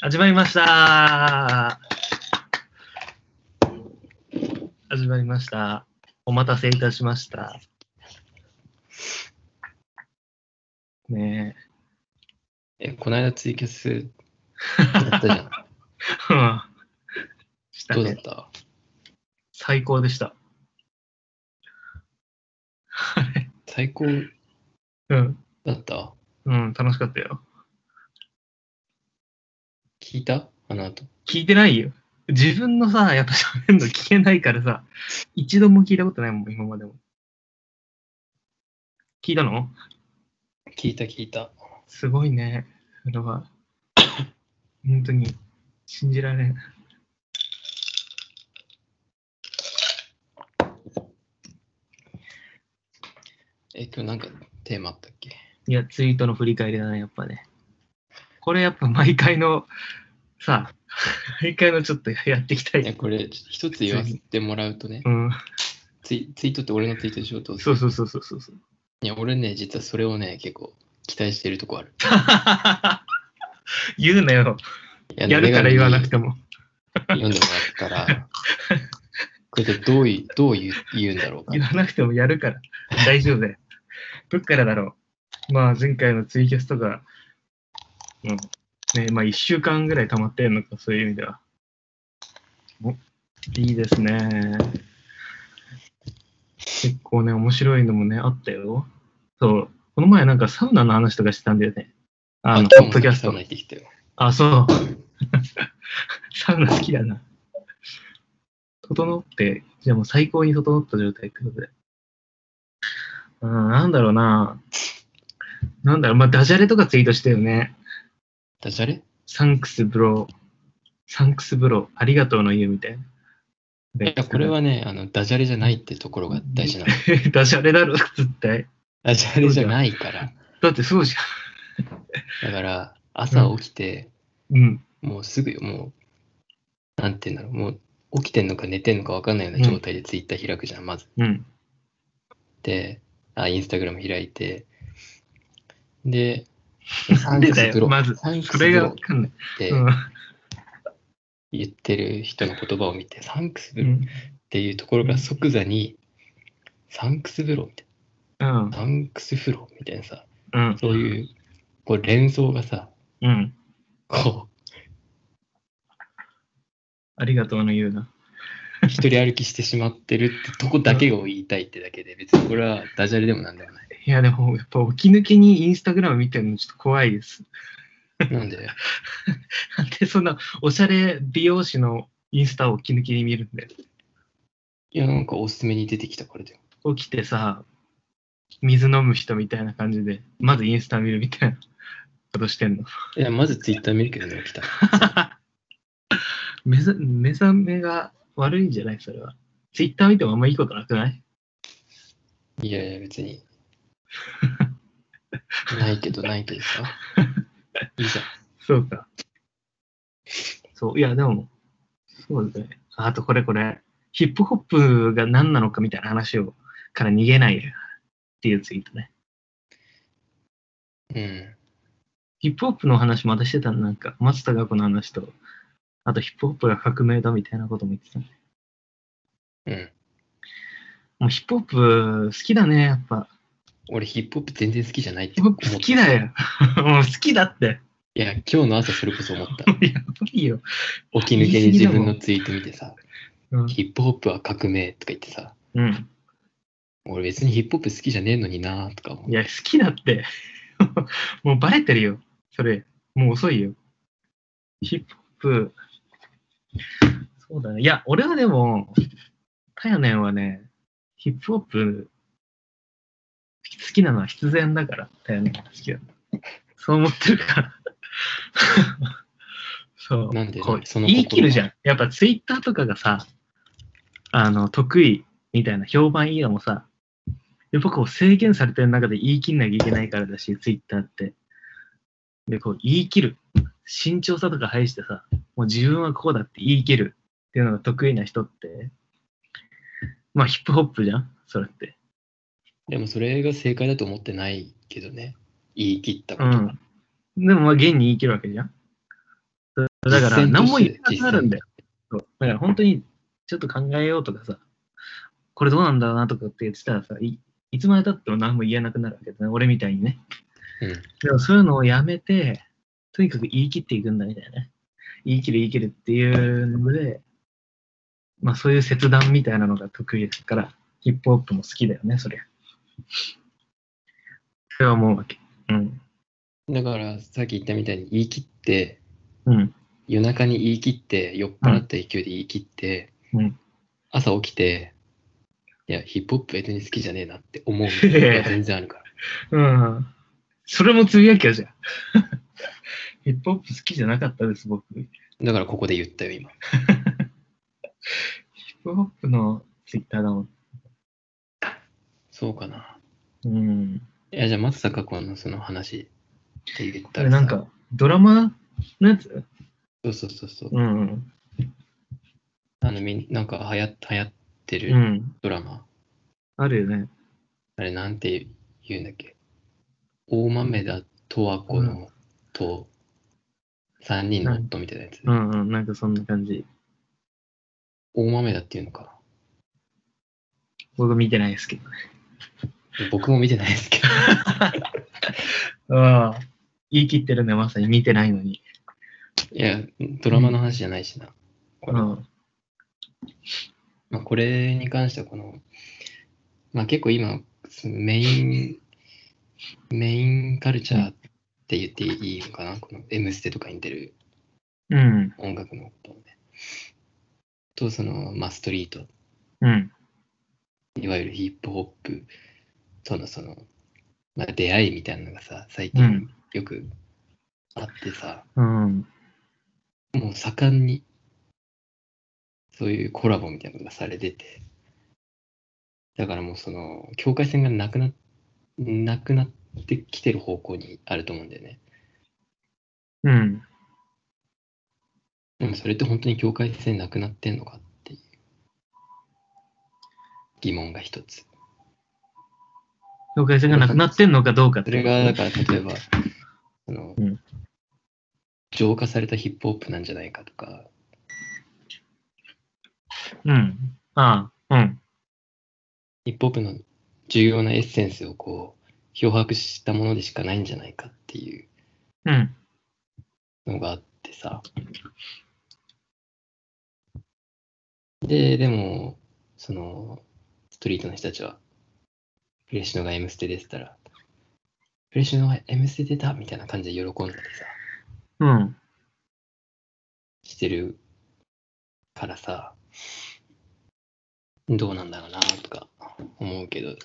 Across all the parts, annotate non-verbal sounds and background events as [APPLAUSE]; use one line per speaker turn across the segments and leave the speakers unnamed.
始まりました。始まりました。お待たせいたしました。ね
え、この間ツイキャスやった
[LAUGHS]
じゃん。
え。うん [LAUGHS] した
どうだっ
ね。
た
最高でした。
最高
うん。
だった
うん、楽しかったよ。
聞いたあの後。
聞いてないよ。自分のさ、やっぱ喋るの聞けないからさ、一度も聞いたことないもん、今までも。聞いたの
聞いた聞いた。
すごいね、それは。本当に、信じられん。
え、今日なんかテーマあったっけ
いや、ツイートの振り返りだね、やっぱね。これやっぱ毎回の、さ、毎回のちょっとやっていきた
いや、
い。
これちょっと一つ言わせてもらうとね、
うん、
ツイツイートって俺のツイートでしょどうぞ
そうそうそうそうそうそう。
いや、俺ね、実はそれをね、結構期待してるとこある。
言うなよ。
いや
やるから言わなく
も。
ても。
読んでもら
[LAUGHS]
ったら、これでどういどう言う言うんだろうか
言。わなくてもやるから。大丈夫だよ。どっからだろう。まあ、前回のツイキャスとか、うん。ね、まあ、1週間ぐらい溜まってんのか、そういう意味では。おいいですね。結構ね、面白いのもね、あったよ。そう。この前なんかサウナの話とかしてたんだよね。あの、ポッドキャスト
今日もさっきサウナ行ってきたよ。
あ、そう。 [LAUGHS] サウナ好きだな。整って、じゃあもう最高に整った状態ってことで。うん、なんだろうな。なんだろう、まあ、ダジャレとかツイートしたよね。
ダジャレ
サンクスブロー。サンクスブロー。ありがとうの言うみたいな。
いや、これ。はね、あのダジャレじゃないってところが大事なの。
[LAUGHS] ダジャレだろ、絶対。
ダジャレじゃないから。
だってそうじ
だから、朝起きて、
ゃん。うん。
もうすぐよ、もう、なんて言うんだろう、もう起きてんのか寝てんのか分かんないような状態でツイッター開くじゃん、まず。
うん。
で、あ、インスタグラム開いて、で、
な
サ
ん
ン
で
ク
だ
スブ
よ、
ロ
まず。
サンク
そ
スブ
れが
ロ
わかんない。
って
うん
言ってる人の言葉を見て、サンクスブ
う
ロっ
ん。
ていうところから即座に、サンクスブロみたい
うん
な、。サンクスフロみたいなさ、
うん。
そういう、こう連想がさ、
うん。
こ
ありがとうの言うな。
う、一人歩きしてしまってるってとこだけを言いたいってだけで、別にこれはダジャレでもなんでもない。
いや、でも、やっぱ起き抜けにインスタグラム見てるのちょっと怖いです。
なんで
なんでそんなおしゃれ美容師のインスタを起き抜けに見るんだよ。
いや、なんかおすすめに出てきたからだよ。
起きてさ、水飲む人みたいな感じで、まずインスタ見るみたいなことしてんの。
いや、まずツイッター見るけどね、起きたら。
目ざ目覚めが悪いんじゃないそれは。ツイッター見てもあんまいいことなくない
いやいや、別に。ないけど、ないけどさ。いいじゃん。
そうか。そう、いや、でも、そうですね。ああと、これこれ、ヒップホップが何なのかみたいな話をから逃げないっていうツイートね。
うん。
ヒップホップの話またしてたの、なんか、松たか子の話と、あとヒップホップが革命だみたいなことも言ってたね。
うん。
もうヒップホップ好きだね、やっぱ。
俺、ヒップホップ全然好きじゃないって
ヒップホップ好きだ
よ。
[LAUGHS] よ。もう好きだって。 [LAUGHS]
いや、今日の朝それこそ思った。
やばいよ。
起き抜けに自分のツイート見てさ、
うん。
ヒップホップは革命とか言ってさ、
うん、
俺別にヒップホップ好きじゃねえのになーとか思。
いうや、好きだって。 [LAUGHS] もうバレてるよ。それ。もう遅いよ。ヒップホップ。そうだね。いや、俺はでも、タヤネンはね、ヒップホップ好きなのは必然だから、タヤネンが好きだ。そう思ってるから。 [LAUGHS] そう。
なんで
こう
その心は
言い切るじゃん。やっぱツイッターとかがさ、あの、得意みたいな評判いいのもさ、やっぱこう制限されてる中で言い切んなきゃいけないからだし、ツイッターって。で、こう言い切る。慎重さとか排してさ、もう自分はこうだって言い切る。っていうのが得意な人って、まあヒップホップじゃんそれって。
でもそれが正解だと思ってないけどね。言い切った
う
ことが
ん。でもまあ現に生きるわけじゃんだだから
実践として
何も言えなくなるんだよ。そうだから本当にちょっと考えようとかさ、これどうなんだろうなとかって言ってたらさ、いいつまでたっても何も言えなくなるわけだね。俺みたいにね。
うん。
でもそういうのをやめて、とにかく言い切っていくんだみたいなね。言い切る言い切るっていうので、まあそういう切断みたいなのが得意ですから、ヒップホップも好きだよね、そりゃ。それは思うわけ。うん。
だから、さっき言ったみたいに言い切って、
うん。
夜中に言い切って、酔っ払った勢いで言い切って、
うん
朝起きて、いや、ヒップホップ別に好きじゃねえなって思うみたいなのが全然あるから。
うん。それもつぶやきやじゃん。 [LAUGHS] ヒップホップ好きじゃなかったです、僕。ヒッ
だからここで言ったよ、今。
プホップのツイッターだもん。
そうかな。
うん。
いや、じゃあ、松坂子のその話って言った
あ
ら
れ
さ
なんか、ドラマのやつ
そうそうそうそう。
うんうん。
あの、みんなんか流行っ流行って
う
る
ん。
ドラマ。
あるよね。
あれ、なんて言うんだっけ。大豆田十和子のと、三人の夫みたいなやつ。
うんうん、なんかそんな感じ。
大豆田っていうのか。
僕見てないですけど。
僕も見てないで
[LAUGHS]
すけど。
ああ。言い切ってるね、まさに見てないのに。
いや、ドラマの話じゃないしな。こ
う
れ,、
ん。
まあ、これに関しては、この、まあ結構今、メイン、メインカルチャーって言っていいのかな、この M ステとかに出る
うん。
音楽のことをね。と、その、まあストリート、
うん。
いわゆるヒップホップとのその、まあ出会いみたいなのがさ、最近よくあってさ、
うん。
もう盛んに、そういうコラボみたいなことがされてて、だからもうその、境界線がなくな、なくなってきてる方向にあると思うんだよね。
うん。
でもそれって本当に境界線なくなってんのかっていう疑問が一つ。
境界線がなくなってんのかどうかっ
そ
て。
れが、だから例えば、その
うん、
浄化されたヒップホップなんじゃないかとか、
うん。ああ。うん。
ヒップホップの重要なエッセンスをこう、漂白したものでしかないんじゃないかっていう
うん。
のがあってさ。で、でも、その、ストリートの人たちは、フレッシュのが M ステ出てたら、フレッシュのが M ステ出たみたいな感じで喜んだりさ、
うん。
してるからさ、どうなんだろうなとか思うけど、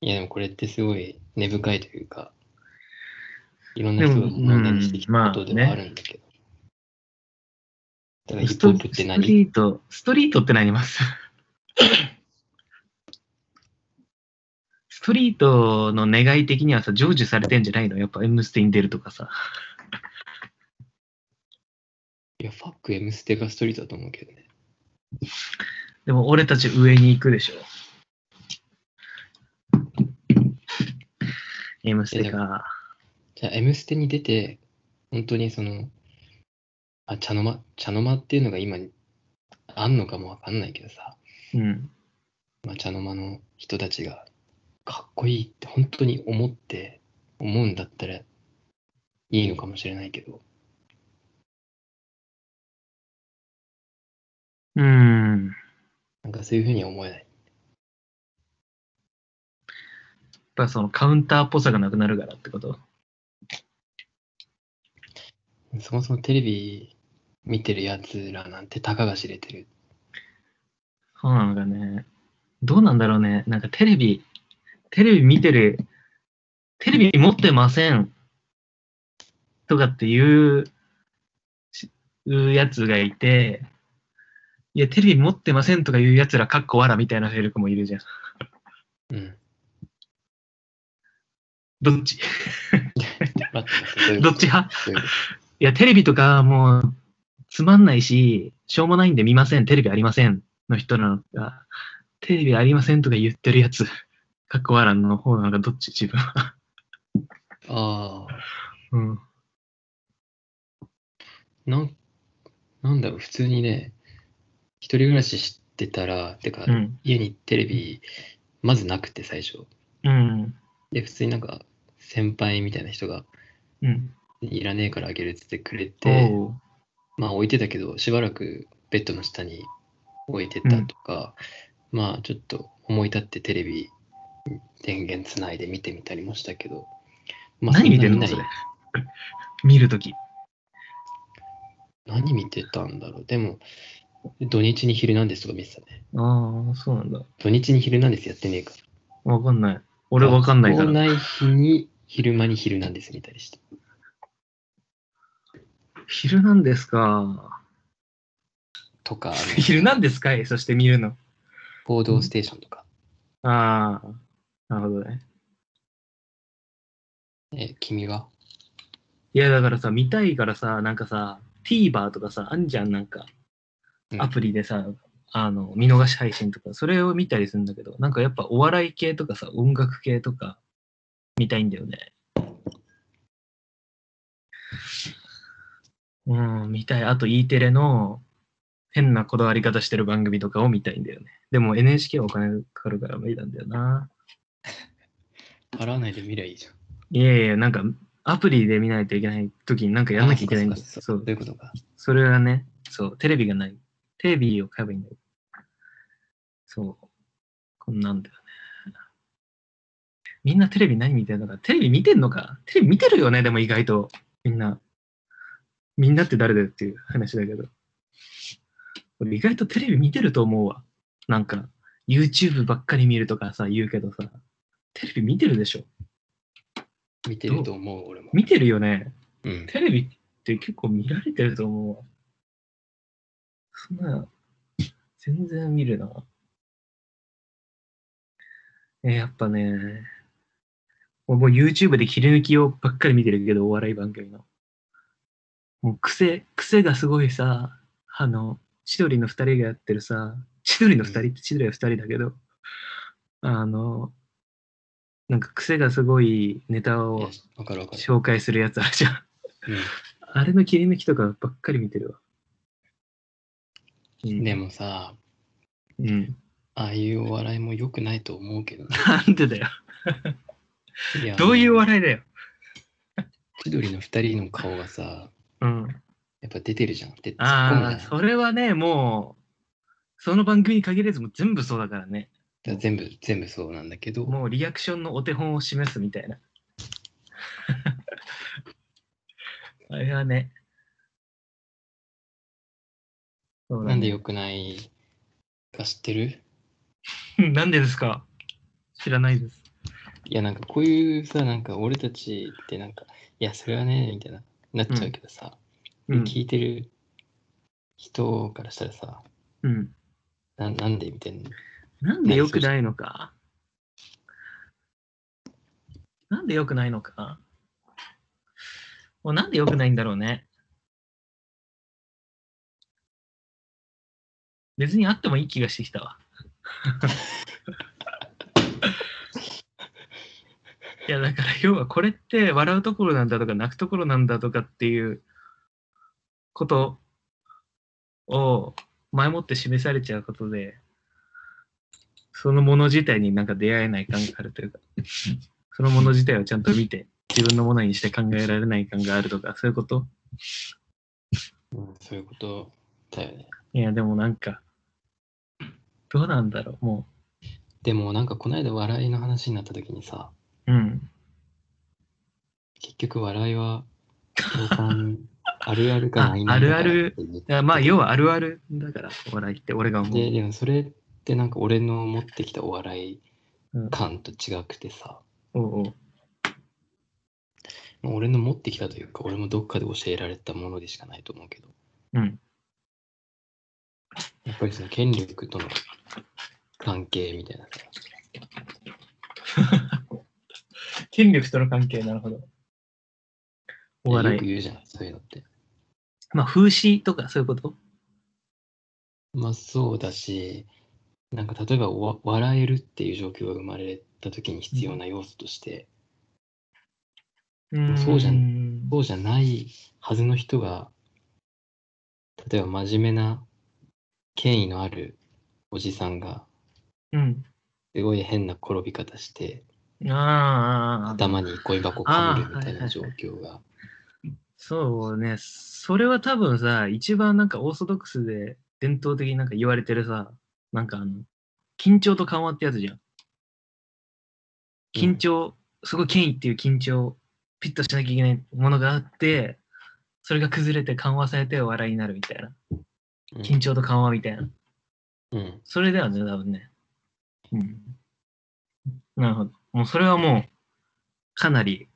いやでもこれってすごい根深いというか、いろんな人が問題にしてきたことではあるんだけど。だから
ス
ヒップ
ト
ホップって
スト
何
リート、ストリートって何ますストリートの願い的にはさ、成就されてんじゃないのやっぱ M ステに出るとかさ。
いや、ファック M ステがストリートだと思うけどね。
でも俺たち上に行くでしょ。M ステか。
じゃあ、M ステに出て、本当にその、あ、茶の間、茶の間っていうのが今、あんのかもわかんないけどさ、
うん。
まあ、茶の間の人たちがかっこいいって本当に思って思うんだったらいいのかもしれないけど
うん。
なんかそういうふうには思えない
やっぱそのカウンターっぽさがなくなるからってこと
そもそもテレビ見てるやつらなんてたかが知れてる
そうなのかね。どうなんだろうね。なんかテレビ、テレビ見てる、テレビ持ってませんとかっていうしいうやつがいて、いや、テレビ持ってませんとかいうやつら、かっこわらみたいな勢力もいるじゃん。
うん
どっち
待って待ってどうい
[LAUGHS]
う
ど
こ
っち派
とどういうこ
いや、テレビとかもうつまんないし、しょうもないんで見ません、テレビありませんの人なのか、テレビありませんとか言ってるやつ、かっこわらんの方なのか、どっち自分は。
ああ、
うん。
なん、なんだろう、普通にね、一人暮らししてたら、てか、
うん。
家にテレビ、まずなくて最初。
うん。
で、普通になんか、先輩みたいな人が、
うん。
いらねえからあげるって言ってくれて、
おう
まあ置いてたけど、しばらくベッドの下に置いてたとか、まあちょっと思い立ってテレビ電源つないで見てみたりもしたけど、まあ
何見てるの
そんな見ない
見るとき。
何見てたんだろう。でも、土日にヒルナンデスとか見てたね。
ああ、そうなんだ。
土日にヒルナンデスやってねえから。
わかんない。俺わかんないか
学校
ら。
ない日に昼間にヒルナンデス見たりした。
昼なんですか。
とか、あの
昼なんですかいそして見るの。
報道ステーションとか、
ああ、なるほどね。
え、君はい
や、だからさ、見たいからさ、なんかさ、TVer とかさ、あんじゃん、なんか
う、ん
アプリでさ、あの、見逃し配信とか、それを見たりするんだけど、なんかやっぱお笑い系とかさ、音楽系とか、見たいんだよね。うん、見たい。あと E テレの変なこだわり方してる番組とかを見たいんだよね。でも NHK はお金かかるから無理なんだよな。
払わないで見りゃいいじゃん。
いやいや、なんかアプリで見ないといけない時になんかやんなきゃいけないんだよ。
あそう
そ
かそうか
う
そうそういうことか。
それはね、そう、テレビがない。テレビを買えばいいんだよ。そう。こんなんだよね。みんなテレビ何見てるのか。テレビ見てんのか。テレビ見てるよね、でも意外と。みんな。みんなって誰だよっていう話だけど。俺意外とテレビ見てると思うわ。なんか、YouTube ばっかり見るとかさ、言うけどさ。テレビ見てるでしょ。
見てると思う、俺も。
見てるよね。
うん。
テレビって結構見られてると思うわ。そんな、全然見るな。えーやっぱね、俺もう YouTube で切り抜きをばっかり見てるけど、お笑い番組の。もう癖、癖がすごいさ、あの、千鳥の二人がやってるさ、千鳥の二人って千鳥は二人だけど、あの、なんか癖がすごいネタ
いや
を
わかるわかる。
紹介するやつあるじゃん。あれの切り抜きとかばっかり見てるわ。う
うんん、でもさ、
うん、
ああいうお笑いも良くないと思うけど
[LAUGHS]
な。
なんでだよ。
いや
どういう笑いだよ。
千鳥の二人の顔がさ、
うん、
やっぱ出てるじゃん。で、突っ込む
ああ、
じゃん
それはね、もう、その番組に限らずもう全部そうだからね。
だから全部、全部そうなんだけど、
もうリアクションのお手本を示すみたいな。 [LAUGHS] あれはね。そうだね
なんで良くないか知ってる
[LAUGHS] なんでですか知らないです。
いや、なんかこういうさ、なんか俺たちってなんか、いや、それはね、みたいな、なっちゃうけどさ、
うん。
聞いてる人からしたらさ、
うん、
ななんでみたいな。
なんで良くないのかなんで良くないのかもうなんで良くないんだろうね。別にあってもいい気がしてきたわ。いやだから要はこれって笑うところなんだとか泣くところなんだとかっていうことを前もって示されちゃうことでそのもの自体になんか出会えない感があるというか、そのもの自体をちゃんと見て、自分のものにして考えられない感があるとか、そういうこと
うん、そういうことだよね。
いや、でもなんか、どうなんだろう、も
でもなんかこの間笑いの話になった時にさ、
う。うん。
結局笑いは共感あるあるかないない
ああるある
って言っ
だ
て
からまあ、要はあるあるだから、お笑いって、俺が思
で
う。
でもそれってなんか俺の持ってきたお笑い
うん
感と違くてさ、
おうおう
俺の持ってきたというか俺もどっかで教えられたものでしかないと思うけど
うん。
やっぱりその権力との関係みたいなさ
権力との関係、なるほど。お笑
よく
い。
言うじゃんそういうのって
まあ、風刺とかそういうこと
まあそうだし、なんか例えばわ笑えるっていう状況が生まれた時に必要な要素として、
うん
そうじゃん
ん。
そうじゃないはずの人が、例えば真面目な権威のあるおじさんが、
うん。
すごい変な転び方して、
あーあー、あー
頭に憩い箱かぶるみたいな状況が。
そうね。それは多分さ、一番なんかオーソドックスで伝統的になんか言われてるさ、なんかあの、緊張と緩和ってやつじゃん。緊張、すごい権威っていう緊張、ピッとしなきゃいけないものがあって、それが崩れて緩和されてお笑いになるみたいな。
うん
緊張と緩和みたいな。
うん。
それだよね、多分ね。うん。なるほど。もうそれはもう、かなり、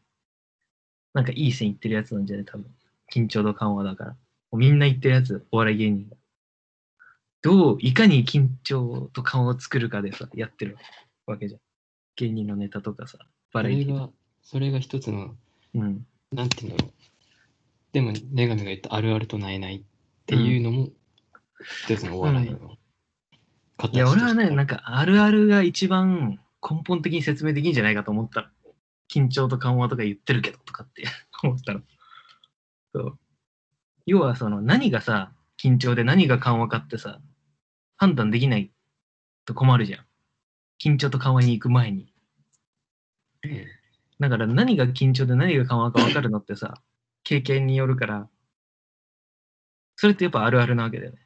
なんかいい線いってるやつなんじゃない多分。緊張と緩和だから。もうみんな言ってるやつ、お笑い芸人が。どう、いかに緊張と緩和を作るかでさ、やってるわけじゃん。芸人のネタとかさ、バ
そ
ラエテ
れ
ィーとか。
が、それが一つの、
うん。
なんていうんだろう。でも、女神が言ったあるあるとないないっていうのも、一つのお笑いの形
いや、俺はね、なん
か、
かあるあるが一番根本的に説明できるんじゃないかと思ったら、緊張と緩和とか言ってるけどとかって [LAUGHS] 思ったら。そう要はその何がさ、緊張で何が緩和かってさ、判断できないと困るじゃん。緊張と緩和に行く前に。
うん
だから何が緊張で何が緩和か分かるのってさ、経験によるから、それってやっぱあるあるなわけだよね。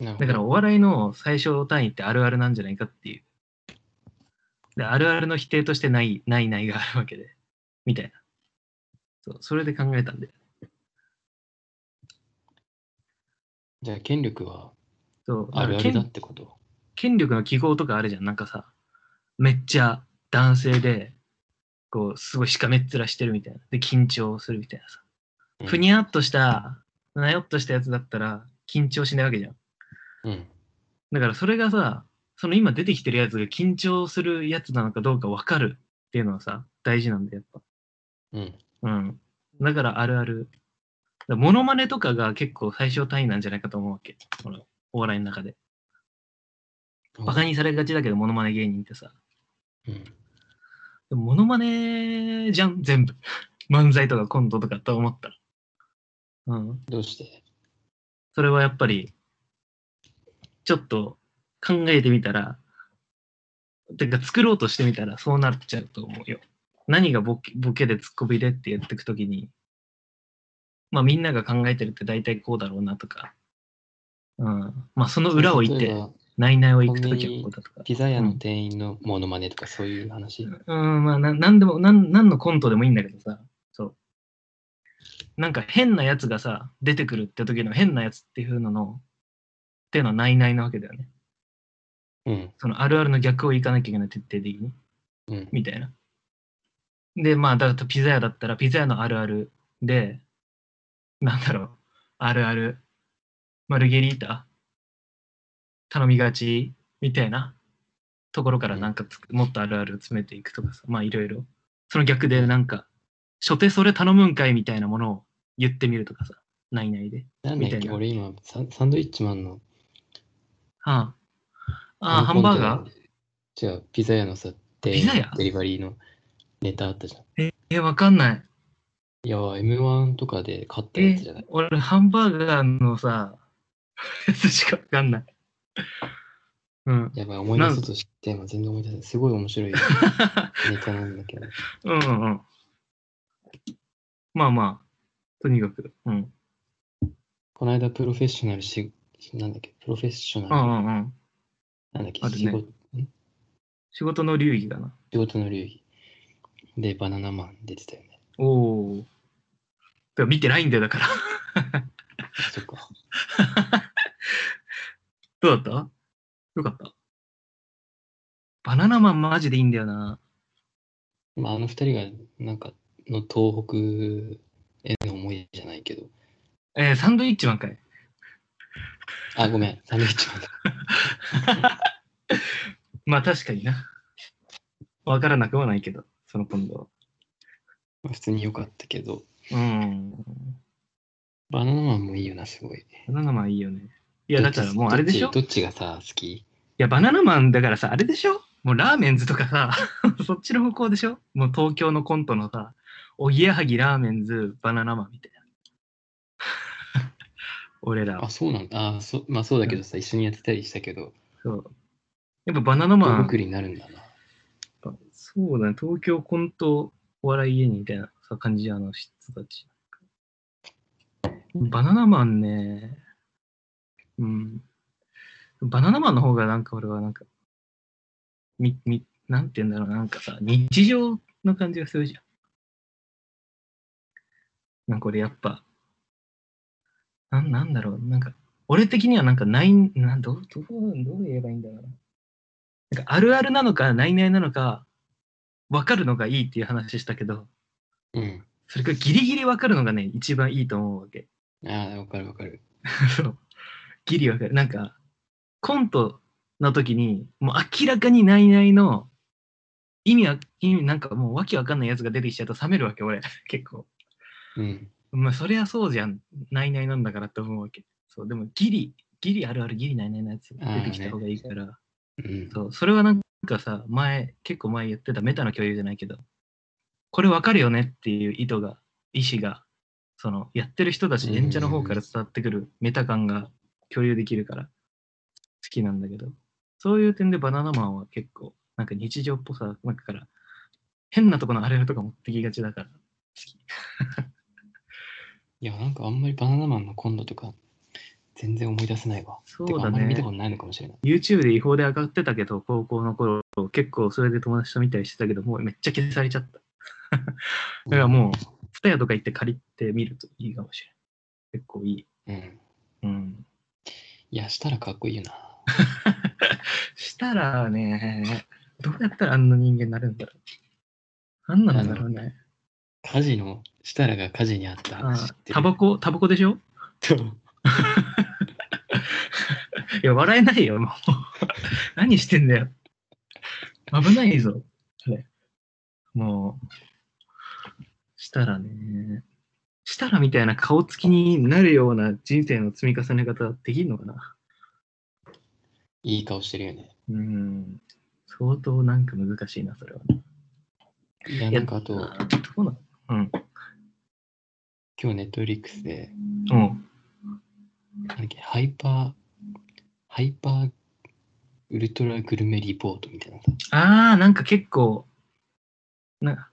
なるほ
だ
ど
からお笑いの最小単位ってあるあるなんじゃないかっていう。であるあるの否定としてない、ないないがあるわけで。みたいな。そう、それで考えたんで。
じゃあ、権力は
そう、
あるある
な
だっ
んか
てこと。
権権力の記号とかあるじゃん。なんかさ、めっちゃ男性で、こう、すごいしかめっ面してるみたいな。で、緊張するみたいなさ。
うん
ふにゃっとした、なよっとしたやつだったら、緊張しないわけじゃん。
うん。
だからそれがさ、その今出てきてるやつが緊張するやつなのかどうか分かるっていうのはさ、大事なんだよ、やっ
うん。
ぱ。うん。だからあるある。だからモノマネとかが結構最小単位なんじゃないかと思うわけ。このお笑いの中で。バカにされがちだけど、モノマネ芸人ってさ。
うん。
でもモノマネじゃん、全部。 [LAUGHS] 漫才とかコントとかと思ったら。うん。
どうして
それはやっぱり、ちょっと考えてみたら、てか作ろうとしてみたらそうなっちゃうと思うよ。何がボケボケでツッコミでってやっていくときに、まあみんなが考えてるって大体こうだろうなとか、うん、まあその裏を言っ
例え
て、
ば
内々を行くときはこうだとか。
ピザ屋の店員のモノマネとかそういう話。
うん、まあ、ななんでも、なん、なんのコントでもいいんだけどさ、そう。なんか変なやつがさ、出てくるって時の変なやつっていうのの、っていうのはないないなわけだよね。
うん。
そのあるあるの逆をいかなきゃいけない、徹底的に。
うん。
みたいな。で、まあ、だからピザ屋だったら、ピザ屋のあるあるで、なんだろう、あるある、マルゲリータ、頼みがち、みたいなところからなんかつくもっとあるあるを詰めていくとかさ、まあいろいろ。その逆でなんか、初手それ頼むんかいみたいなものを言ってみるとかさ、ないないで。
なんだ
み
っ
たい
け
な
俺今サン、サンドイッチマンの。
はあ、ああ、ハ
の
ン
コ
バー
ト
ガー
じゃあ、ピザ屋のさ、店員
ピザ屋
デリバリーのネタあったじゃん。
え、わかんない。
いやー、M1 とかで買った
え
やつじゃない。
俺、ハンバーガーのさ、やつしかわかんない。うん。
やばい、思い出そうとして、も全然思い出せない。すごい面白いネタなんだけど。
うんうんうん。まあまあ、とにかく。うん。
この間、プロフェッショナルし、なんだっけ、プロフェッショナ
う
ル、
んうんうん。
なんだっけ、
あるね
仕事ん
仕事の流儀だな。
仕事の流儀。で、バナナマン出てたよね。
おお。だから見てないんだよ、だから。 [LAUGHS]
そっか。
どうだったよかった。バナナマンマジでいいんだよな。
まあ、あの二人が、なんか、の東北への思い出じゃないけど。
えー、サンドイッチマンかい。
あ、ご
[LAUGHS]
めん、サンドイッチマンだ。
まあ確かにな。わからなくはないけど、その今度は。
まあ普通に良かったけど、
うん。
バナナマンもいいよな、すごい。
バナナマンいいよね。いや、だからもうあれでしょい
どっちどっちがさ、好き
や、バナナマンだからさ、あれでしょもうラーメンズとかさ、 [LAUGHS] そっちの向こうでしょもう東京のコントのさ、おぎやはぎラーメンズ、バナナマンみたいな。 [LAUGHS] 俺らは
あ、そうなんだ。あそ、まあそうだけどさ、一緒にやってたりしたけど、
そう。やっぱバナナ
ま
マ
あ、
ン
送、りになるんだな。
やっぱそうだね、東京コントお笑い芸人みたいなさ感じやの人たち。バナナマンね、うん。バナナマンの方がなんか俺はなんか、み、み、なんて言うんだろう、なんかさ、日常の感じがするじゃん。なんか俺やっぱ、なんなんだろう、なんか、俺的にはなんかない、なんどう、どう、どう言えばいいんだろうな。なんかあるあるなのか、ないないなのか、分かるのがいいっていう話したけど、
うん。
それがギリギリ分かるのがね、一番いいと思うわけ。
ああ、わかるわかる。
そう。ギリ分かる。なんか、コントの時に、もう明らかにないないの、意味は、意味、なんかもうわけわかんないやつが出てきちゃうと冷めるわけ、俺。結構。
うん。
まあ、そりゃそうじゃん。ないないなんだからって思うわけ。そう、でもギリ、ギリあるあるギリないないのやつ出てきた方がいいから。
うん。
そう、それはなんかさ、前、結構前言ってたメタの共有じゃないけど、これわかるよねっていう意図が、意思が、その、やってる人た
う
ち、
ん
演者の方から伝わってくるメタ感が共有できるから、好きなんだけど、そういう点でバナナマンは結構、なんか日常っぽさ、なんかから、変なとこのあれとか持ってきがちだから、好き。
いや、なんかあんまりバナナマンのコントとか、全然思い出せないわ。
そう
てか
だ
あんまり見たこ
ね。
とないのかもしれない。
YouTube で違法で上がってたけど、高校の頃、結構それで友達と見たりしてたけど、もうめっちゃ消されちゃった。だからもう、ツタヤとか行って借りてみるといいかもしれない。結構いい。
うん。うん。
うん。
いや、したらかっこいいよな。
したらね、どうやったらあんな人間になるんだろう。何なんだろうね。
火事の、設楽が火事にあった
あ
話知ってる。
タバコ、タバコでしょ
と。
いや、笑えないよ、もう。 [LAUGHS] 何してんだよ。危ないぞ。あれ。もう、したらね、したらみたいな顔つきになるような人生の積み重ね方できるのかない
い顔してるよね。
うん。相当なんか難しいな、それは。
いや、
いや
なんかあと、
どうなのうん。
今日ネットフリックスで、
うん。
なんだっけ、ハイパー、ハイパーウルトラグルメリポートみたいなさ。
ああ、なんか結構、なんか、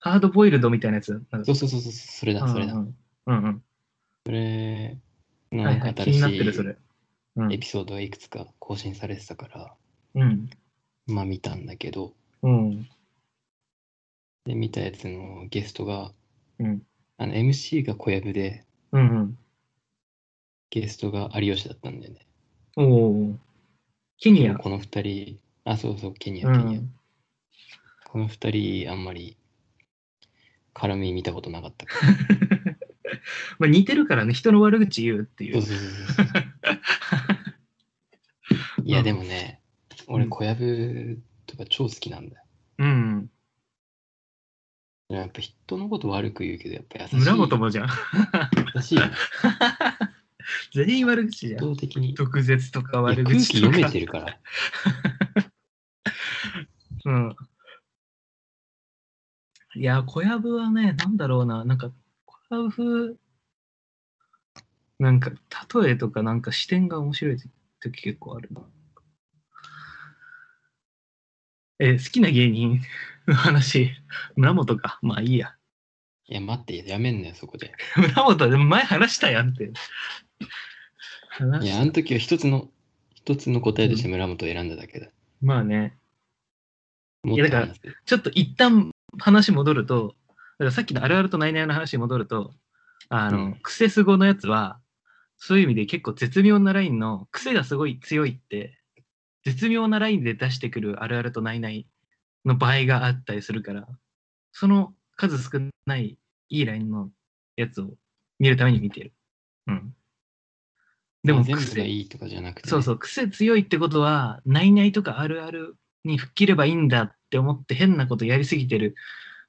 ハードボイルドみたいなやつ。なんか
そうそうそうそう、それだ、それだ
う。んうんうん
それ
うん。
の
は
ないん
は
か
い、気
新
に
し
なってる、そ
い
れ。うん
エ。ピソードがいくつか更新されてたから、
うん。
まあ見たんだけど、
うん。
で、見たやつのゲストが、
うん。
あの MC が小籔で、
うん。
ゲストが有吉だったんだよね。
うん。おお。ケニア。
この二人、あ、そうそう、ケニ
う
ア、ケニア。
ん。
この二人、あんまり絡み見たことなかったから。
まあ似てるからね、人の悪口言うってい
そう
う。
そうそうそういや、でもね、俺、
うん
小籔とか超好きなんだよ。
うん。
やっぱ人のこと悪く言うけど、やっぱ優しい。
村本も
[LAUGHS]
じゃん。
優しいよね。
全員悪口じゃ
圧
ん。
倒的に。いや
毒舌とか
空
悪
気
口と
読
か。
めてるから。
うん。いや、小籔はね、なんだろうな、なんか、小籔風、なんか、例えとか、なんか視点が面白い時結構あるな。え、好きな芸人の話、村本か。まあいいや。
いや、待って、やめんなよ、そこで。
村本、でも前話したやんって。話
いや、あの時は一つの、一つの答えとして村本を選んだだけだ。
まあね。
も
いや
っ
だ
と
から
話せ
ちょっと一旦話戻ると、だからさっきのあるあるとないないの話に戻ると、あの、
うん
クセス語のやつは、そういう意味で結構絶妙なラインの、癖がすごい強いって、絶妙なラインで出してくるあるあるとないないの場合があったりするから、その数少ないいいラインのやつを見るために見てる。うん。で
ま
も
あ全部が
癖、
いいとかじゃなくてね、
そうそう、癖強いってことは、ないないとかあるあるに吹っ切ればいいんだって思って変なことやりすぎてる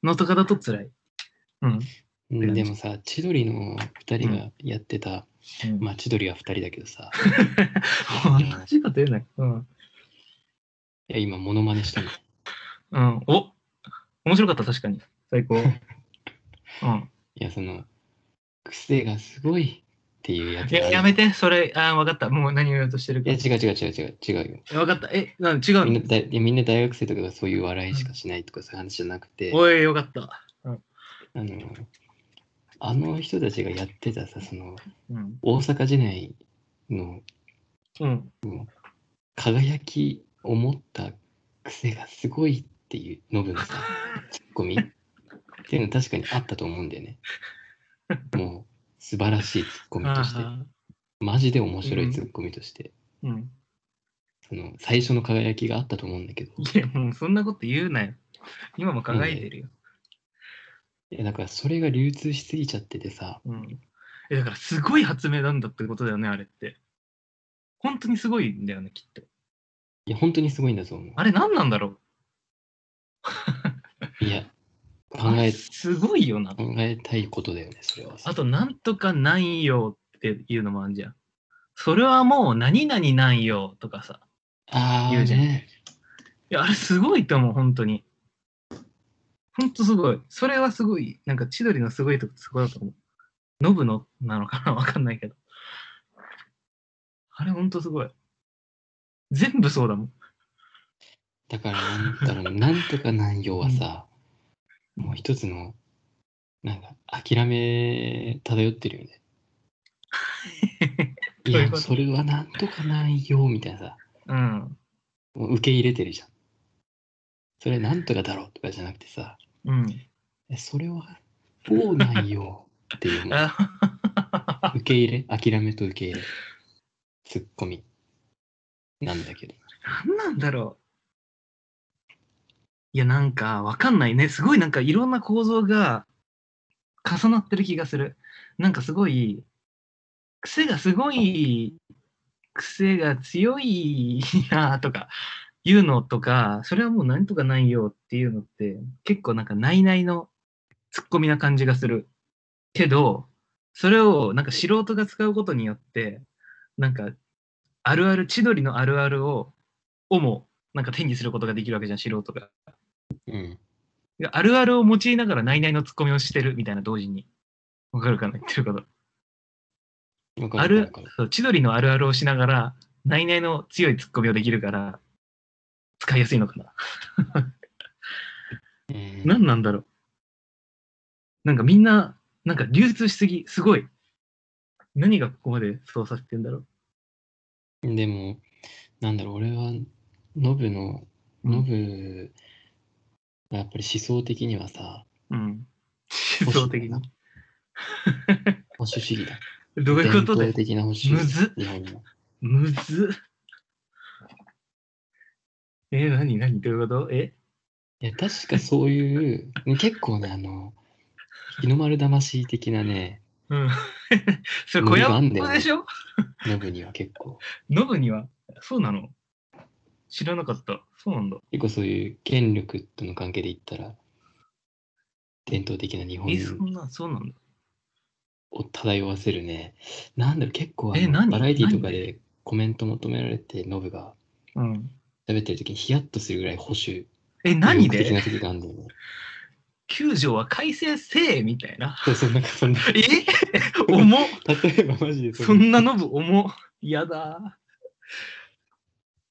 のとかだと辛い。うん。
うんでもさ、千鳥の2人がやってた
うん
まあ、千鳥は2人だけ
[LAUGHS]
どさ。
同じこと言うなよ。うん。
いや、今、モノマネしたの。
[LAUGHS] うん。お面白かった、確かに。最 [LAUGHS] 高。うん。
いや、その、癖がすごいっていうやつ
い
が
や
ある
やめて、それ、あー、わかった。もう何を言おうとしてる
い
か
や、。違う違う違う違う違うよ。
わかった。え、なん違
みん
う
な
の
大いやみんな大学生とかがそういう笑いしかしないとかそういう話じゃなくて、
おい、よかった。
あの、あの人たちがやってたさ、その、
うん。
大阪時代の
うん。
輝きを持った癖がすごいっていうノブのさ、ツッコミっていうの確かにあったと思うんだよね。もう、素晴らしいツッコミとして、
あ
マジで面白いツッコミとして、
ーうん。
その、最初の輝きがあったと思うんだけど、
いや、もうそんなこと言うなよ。今も輝いてるよ。
いや、だからそれが流通しすぎちゃっててさ、
うん。え、だからすごい発明なんだってことだよね、あれって。本当にすごいんだよね、きっと。
いや、本当にすごいんだと思う。
あれ何なんだろう
いや、考え、
すごいよな。
考えたいことだよね、それはさ。
あと、なんとかなんよっていうのもあるじゃん。それはもう、何々なんよとかさ。
あ
言う
あ、
じゃん
ね。
いや、あれすごいと思う、本当に。本当すごい。それはすごい。なんか、千鳥のすごいとこ、そこだと思う。ノブのなのかなわかんないけど。あれ、本当すごい。全部そうだもん。 [LAUGHS]
だから、なんだろう、なんとかなんよはさ、もう一つの、なんか、諦め漂ってるよね。い
どういう
や、
こと
それはなんとかなんよ、みたいなさ、
うん。
もう受け入れてるじゃん。それなんとかだろうとかじゃなくてさ、
うん。
えそれは、こうなんよっていう、もう
[LAUGHS] あ
受け入れ、諦めと受け入れ、ツッコミなんだけど。
なんなんだろう。いや、なんか、わかんないね。すごい、なんか、いろんな構造が重なってる気がする。なんか、すごい、癖がすごい、癖が強いなとか、いうのとか、それはもうなんとかないよっていうのって、結構なんか、ないないのツッコミな感じがする。けど、それをなんか素人が使うことによって、なんか、あるある、千鳥のあるあるを、をも、なんか手にすることができるわけじゃん、素人が。
うん。
あるあるを用いながら、ないないのツッコミをしてるみたいな、同時に。わかるかな言ってること。
わか
あ
るわ
る
かるわかる。、
そう千鳥のあるあるをしながら、ないないの強いツッコミをできるから、使いやすいのかな。
うん
何なんだろう。なんかみんな、なんか流通しすぎ、すごい。何がここまでそうさせてんだろ
でも、なんだろう、俺は、ノブの、
う。
ノブがやっぱり思想的にはさ、
うん。思想的
保
に
守。保守主
[LAUGHS]
義だ。
どういうことで
伝統的な保守主
む
義
ずっ
日本の。
むずっ。え、なになにどういうことえ
いや、確かそういう、結構ね、あの、日の丸魂的なね、
うん。 [LAUGHS] それ小
ノブがあんだよ
山
ね
でしょ
ノブには結構、
ノブには。そうなの知らなかった。そうなんだ。
結構そういう権力との関係で言ったら、伝統的な日
え、そ
本
んな、そうなんだ。
を漂わせるね、なんだろう、結構あ
え何
の、バラエティとか
何
でコメント求められて、ノブが
うん。
喋ってる時にヒヤッとするぐらい保守。
え、何
魅力的
で
な時があるんだよね。
九条は改正せえみたいな。
そうそう、なんかそんな、
え
[LAUGHS]
重っ
例えばマジで
そんなノブ重っやだ。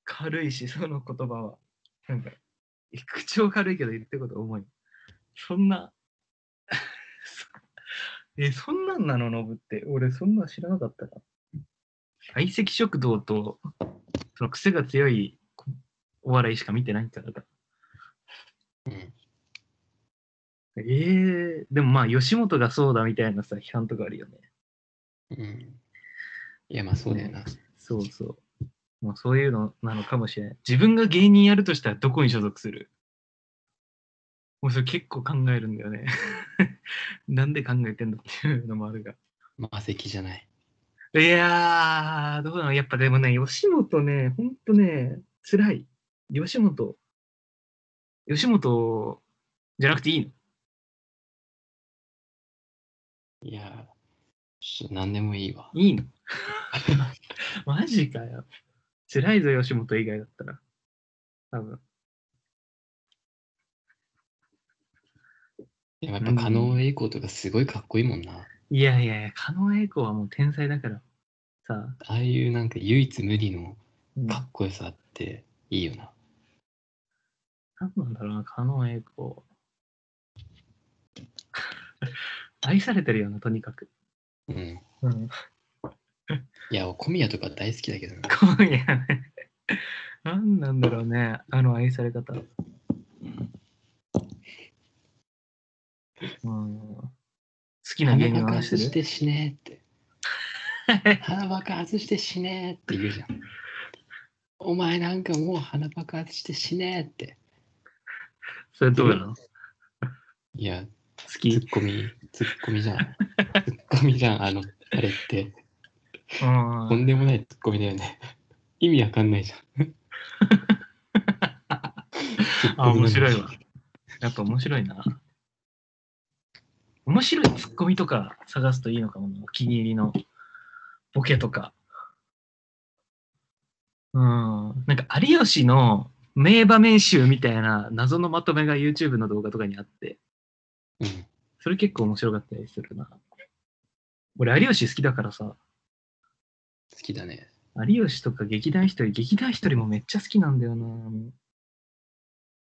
軽いし、その言葉は。なんか、口調軽いけど言ってること重い。そんな、 [LAUGHS] え、そんなんなの、ノブって。俺、そんなん知らなかったな。相席食堂と、その癖が強いお笑いしか見てないんだから。
うん
えー、でもまあ、吉本がそうだみたいなさ、批判とかあるよね。
うん。いや、まあそうだよな。
そうそう。まあ、そういうのなのかもしれない。自分が芸人やるとしたらどこに所属するもうそれ結構考えるんだよね。 [LAUGHS] なんで考えてんだっていうのもあるが。
まあ、席じゃない。
いやー、どうなのやっぱでもね、吉本ね、ほんとね、辛い。吉本。吉本じゃなくていいの
いや、ちょっと何でもいいわ。
いいの [LAUGHS] マジかよ。辛いぞ、吉本以外だったら。多分。
でもやっぱ加納栄光とかすごいかっこいいもんな。
いやいやいや、狩野英孝はもう天才だから。さあ、
ああいうなんか唯一無二の
うん
かっこよさっていいよな。
なんなんだろうな、狩野英孝。 [LAUGHS] 愛されてるよな、とにかく。
うん。
[LAUGHS] うん。
いや、小宮とか大好きだけどな。
今夜ね。なんなんだろうね、あの愛され方。うん。好きな芸
鼻
人を
爆
愛して
発
る
して死ねーって。鼻爆発して死ねーって言うじゃん。お前なんかもう鼻爆発して死ねーって。
それどうなの好
いや、ツ
き
ッコミ、ツッコミじゃん。ツッコミじゃん、あの、あれって。
うん
とんでもないツッコミだよね。意味わかんないじゃん。ツッコミな
[LAUGHS] あ、
のに
面白いわ。。やっぱ面白いな。面白いツッコミとか探すといいのかもな、お気に入りのボケとか。うん。なんか、有吉の名場面集みたいな謎のまとめが YouTube の動画とかにあって、
うん。
それ結構面白かったりするな。俺、有吉好きだからさ、
好きだね。
有吉とか劇団ひとり、劇団ひとりもめっちゃ好きなんだよな。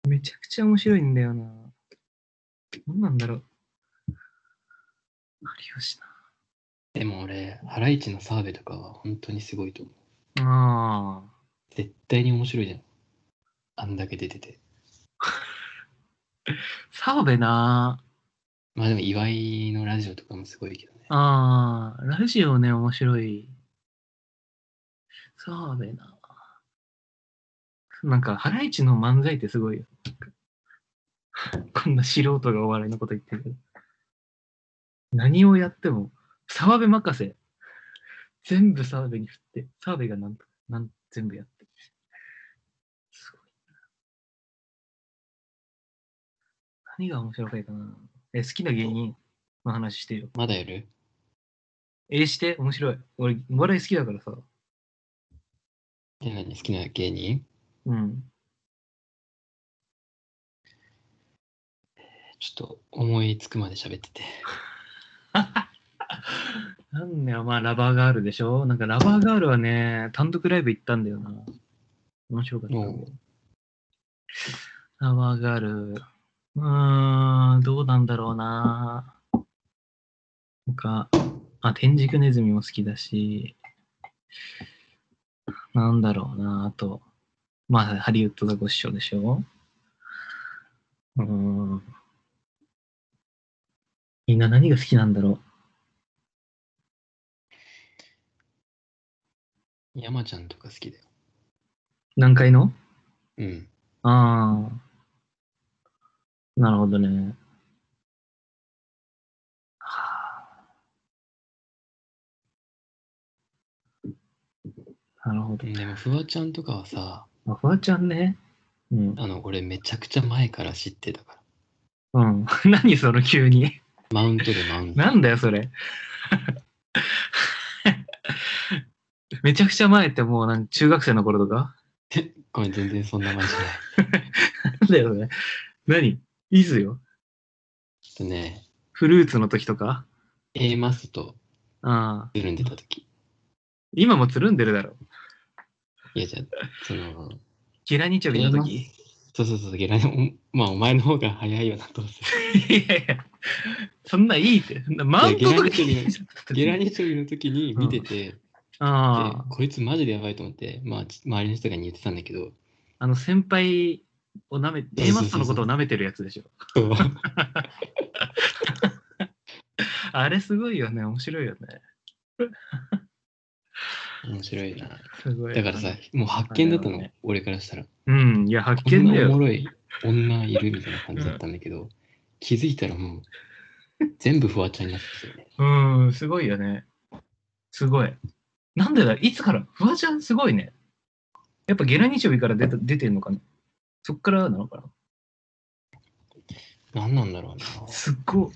めちゃくちゃ面白いんだよな。何なんだろう。有吉
でも俺、ハライチの澤部とかは本当にすごいと思う。
な。ああ。
絶対に面白いじゃん。あんだけ出てて。
澤部な。
まあでも岩井のラジオとかもすごいけどね。
ああ。ラジオね、面白い。澤部な。なんか、ハライチの漫才ってすごいよ。なんかこんな素人がお笑いのこと言ってるけど。何をやっても、澤部任せ。全部澤部に振って、澤部がなんと、なん全部やって。すごいな。何が面白いかな。え、好きな芸人の話してよ。
まだやる
えして、面白い。俺、お笑い好きだからさ。
え、何好きな芸人
うん。
ちょっと思いつくまで喋ってて。
なんだよ、まあ、ラバーガールでしょなんか、ラバーガールはね、単独ライブ行ったんだよな。面白かった。
おう
ラバーガール。うーん、どうなんだろうな。なんか、あ、天竺ネズミも好きだし、なんだろうな、あと、まあ、ハリウッドザコシショウでしょうーん。みんな何が好きなんだろう
山ちゃんとか好きだよ。
何階の
うん。
ああ。なるほどね。はあなるほど。
でもフワちゃんとかはさ、
まあフワちゃんね。うん。
あの、俺めちゃくちゃ前から知ってたから。
うん。 [LAUGHS] 何その急に。
マウントでマウント。
なんだよ、それ。 [LAUGHS] めちゃくちゃ前ってもうなんか中学生の頃とか
ごめん、全然そんな前じゃない。
なんだよ、それ。何いつよ。
ちょっとね、
フルーツの時とか
A マスと
ああ。
つるんでた時。
今もつるんでるだろ。
いや、じゃあ、その、
ゲラニチョビの時。
そうそうそう、ゲラに、おまあ、お前の方が早いよな、どう
[LAUGHS]
せ。
いやいや、そんないいって。そんなマウントとか
いやゲラニチョビの
いいじゃん
ゲラニチョビの時に見てて、で
ああ、
こいつマジでやばいと思って、まあ、ち周りの人が言ってたんだけど、 [LAUGHS]
あの先輩をなめ、
そう
A マストのことをなめてるやつでしょ。
そう
あれすごいよね、面白いよね。
面白いな。
すごい。
だからさ、もう発見だった
あれは
の
ね、
俺からしたら。
うん、いや、発
こん
見だ
なおも
よ。
ろい女いるみたいな感じだったんだけど、気づいたらもう、全部フワちゃんになってたよね。
うん、すごいよね。すごい。なんでだ、いつから、フワちゃんすごいね。やっぱゲラニチョビから出た出てんのかなそっからなのかな
何なんだろうな。
すっごい。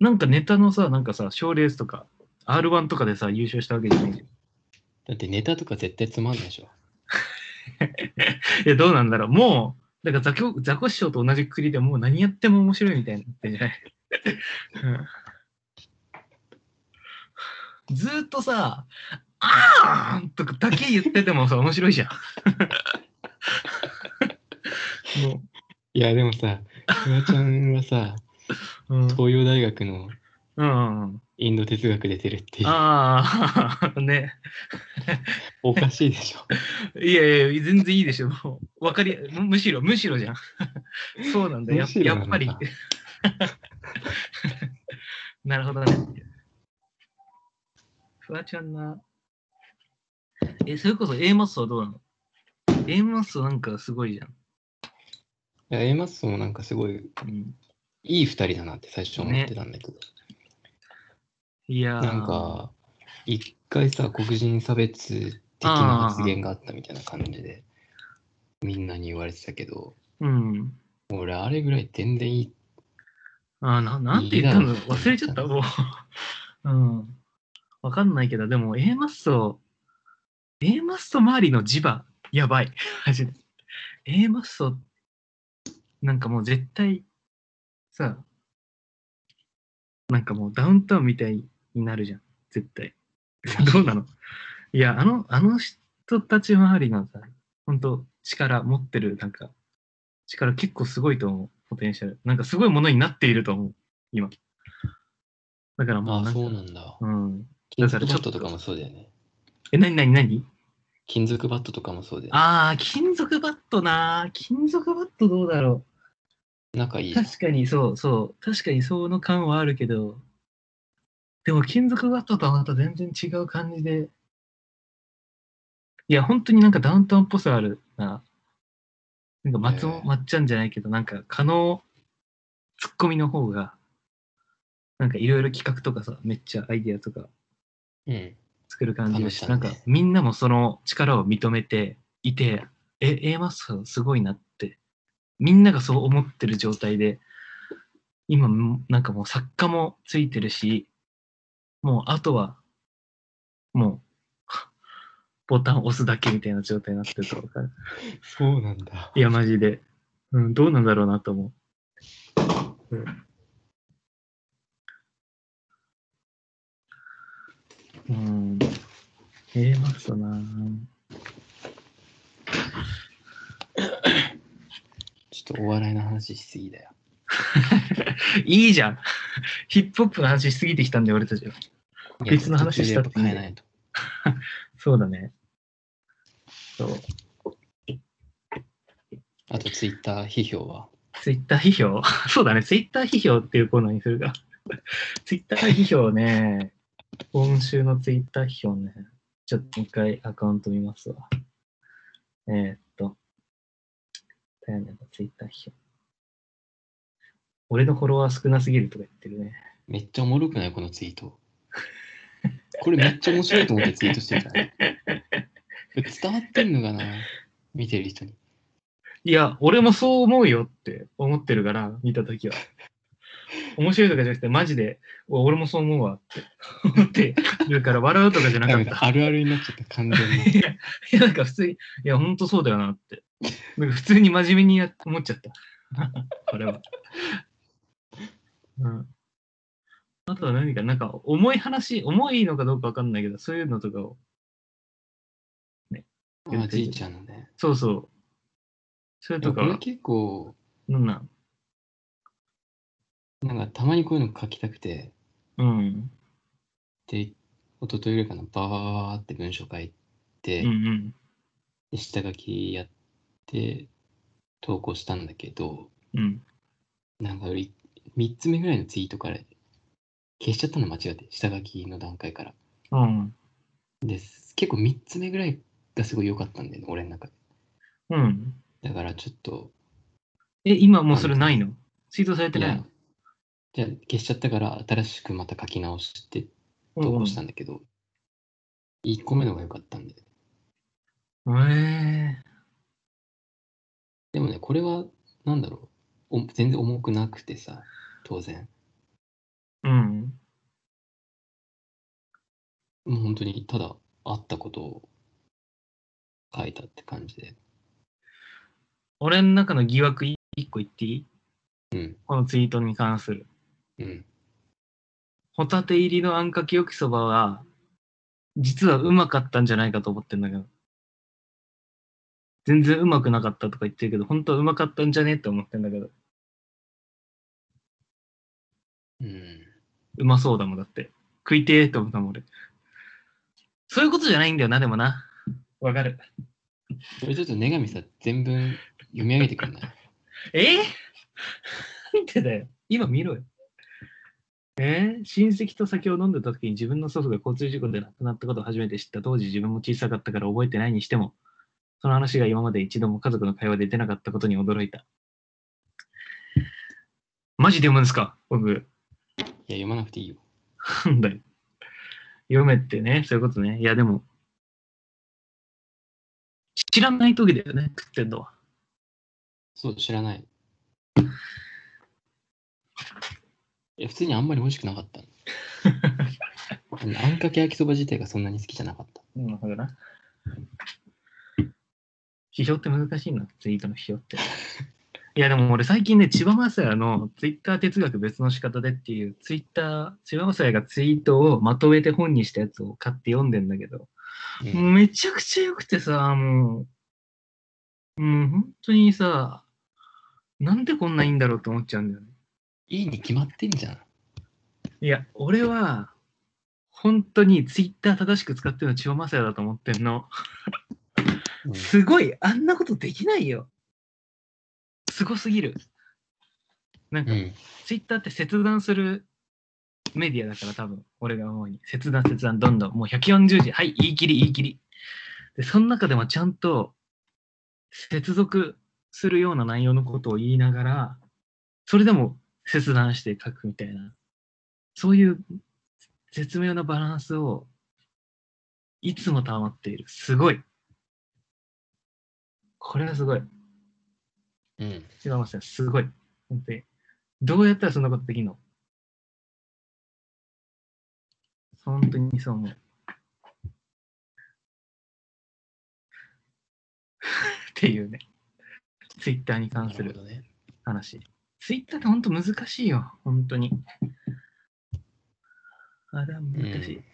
なんかネタのさ、なんかさ、賞レースとか、 R1 とかでさ、優勝したわけじゃないじゃん。
だってネタとか絶対つまんないでしょ。
いや、どうなんだろう。もう、だからザコ、ザコ師匠と同じくくりでもう何やっても面白いみたいになってんじゃないうんずーっとさ、あーんとかだけ言っててもさ、面白いじゃん。 [LAUGHS] も
いや、でもさ、フワちゃんはさ、
う、うん、
東洋大学の
うんうん。
インド哲学出てるっていう、
ああ、ね。
おかしいでしょ。
いやいや、全然いいでしょ。もうわかり、むむしろ、むしろじゃん。そうなんだ。や
むしろ
や
な
っ
のか
ぱり。 [LAUGHS] なるほどね。フワちゃんな。え、それこそ A マスはどうなの ?A マスなんかすごいじゃん。
[LAUGHS] いや、A マッソもなんかすごい、
うん、
いい二人だなって最初思ってたんだけど、
いやー
なん、か、一回さ、黒人差別的な発言があったみたいな感じで、みんなに言われてたけど、
うん。
俺、あれぐらい全然いい。
あーな、なんて言ったの
いいな
忘れちゃった、も [LAUGHS] う。うん。わかんないけど、でも A マッソ、A マッソ周りの磁場、やばい。マジで。A マッソ、なんかもう絶対、さ、なんかもうダウンタウンみたいになるじゃん、絶対。 [LAUGHS] どうなのいや、あの、あの人たち周りのさ、ほんと力持ってる、なんか、力結構すごいと思う、ポテンシャル。なんかすごいものになっていると思う、今。だからもう
あ
な
あ、
んか、
そうなんだ。
うん。
金
だから
属
ちょ
バッ
っと
トとかもそうだよね。
え、なになになに
金属バットとかもそうだよね。
あー、金属バットなー金属バットどうだろ。
仲いうい。
確かにそう、そう。確かにその感はあるけど、でも金属バットとはまた全然違う感じで。いや、本当になんかダウンタウンっぽさあるな。なんか松
へ
尾、
え
まっちゃんじゃないけど、なんか可能、ツッコミの方が、なんかいろいろ企画とかさ、めっちゃアイディアとか
うん。
作る感じだし、
楽
な
しか
ん
った
か
ね
みんなもその力を認めていて、え、A マスターすごいなって、みんながそう思ってる状態で、今も、なんかもう作家もついてるし、もうあとは、もう、ボタン押すだけみたいな状態になってると分かる。
[LAUGHS] そうなんだ。
いや、マジで。うん、どうなんだろうなと思う。うんうん。ええマストなぁ
ちょっとお笑いの話しすぎだよ。
いいじゃん。 [LAUGHS] ヒップホップの話しすぎてきたんで、俺たちは。
いや
別の話したっ
途
て
中
いい
で
ね
やっぱ変えないと。
そうだね。そう。
あと、ツイッター批評は。
ツイッター批評 [LAUGHS] そうだね。ツイッター批評っていうコーナーにするか。 [LAUGHS] ツイッター批評ね。今週のツイッター批評ね。ちょっともう一回アカウント見ますわ。えー、っと。タヤネのツイッター批評。俺のフォロワー少なすぎるとか言ってるね。
めっちゃおもろくないこのツイート。これめっちゃ面白いと思ってツイートしてるからね。伝わってんのかな見てる人に。
いや、俺もそう思うよって思ってるから、見た [LAUGHS] ときは。面白いとかじゃなくて、マジで、うわ俺もそう思うわって思ってるから、笑うとかじゃなか
ダ
っ
メ
た
だ。あるあるになっちゃった、完全に。
いや、いやなんか普通に、いや、ほんとそうだよなって。なんか普通に真面目にや思っちゃった。あれは。うん。あとは何か、なんか重い話、重いのかどうかわかんないけど、そういうのとかを、 [LAUGHS]
まあ、じいちゃんのね。
そうそう。それ
で
と
もこ
か
れ
は、
結構、
なんなん
なんかたまにこういうの書きたくて、
うん。
で、おとといぐらいかな、バーバーバーって文章書いて、
うんうん。
で下書きやって、投稿したんだけど、
うん。
なんか俺、3つ目ぐらいのツイートから消しちゃったの間違って、下書きの段階から。
うん。
です結構3つ目ぐらいがすごい良かったんだよね、俺の中で。
うん。
だからちょっと、
え、今もうそれないのツイートされて
い
ない
や
の、
じゃあ消しちゃったから新しくまた書き直して
うん
投
うん
稿したんだけど、1個目の方が良かったんで。
え
でもね、これは、なんだろう、お全然重くなくてさ、当然。
ー、うん。
もう本当にただあったことを書いたって感じで。
俺の中の疑惑い一個言っていい
うん、
このツイートに関する。
うん。
ホタテ入りのあんかけ焼きそばは、実はうまかったんじゃないかと思ってんだけど。全然うまくなかったとか言ってるけど、本当はうまかったんじゃねって思ってんだけど。
うん。
うまそうだもんだって。食いてーって思ったもん俺。そういうことじゃないんだよな、でもな。わかる。
それちょっと女神さん、全文読み上げてくんない [LAUGHS]
えー、なんてだよ。今見ろよ。えー、親戚と酒を飲んでた時に自分の祖父が交通事故で亡くなったことを初めて知った当時自分も小さかったから覚えてないにしても、その話が今まで一度も家族の会話で出なかったことに驚いた。マジで読むんですか僕。
いや、読まなくていいよ。
なんだよ。読めってね、そういうことね。いや、でも、知らない時だよね、食ってんのは。
そう、知らない。いや、普通にあんまり美味しくなかったの。あのあんかけ焼きそば自体がそんなに好きじゃなかった。
なるほどな。批評って難しいな、ツイートの批評
[LAUGHS]
って。いや、でも俺最近ね、千葉雅也のツイッター哲学別の仕方でっていう、ツイッター、千葉雅也がツイートをまとめて本にしたやつを買って読んでんだけど、
うん
もうめちゃくちゃ良くてさ、もう、うん、本当にさ、なんでこんないいんだろうと思っちゃうんだよね。
いいに決まってんじゃん。
いや、俺は、本当にツイッター正しく使ってるのは千葉雅也だと思ってんの。
うん
すごい、あんなことできないよ。すごすぎる。なんか、
うん。
ツイッターって切断するメディアだから、多分俺が思うに。切断、切断、どんどん。もう140字、はい、言い切り、言い切り。で、その中でもちゃんと、接続するような内容のことを言いながら、それでも切断して書くみたいな、そういう絶妙なバランスを、いつも保っている。すごい。これはすごい。
うん。
違いますね。すごい。本当に。どうやったらそんなことできるの本当にそう [LAUGHS] 思う。っていうね。ツイッターに関
な
す
る
る
ほどね。
話。ツイッターって本当難しいよ。本当に。あれは難しい。
うん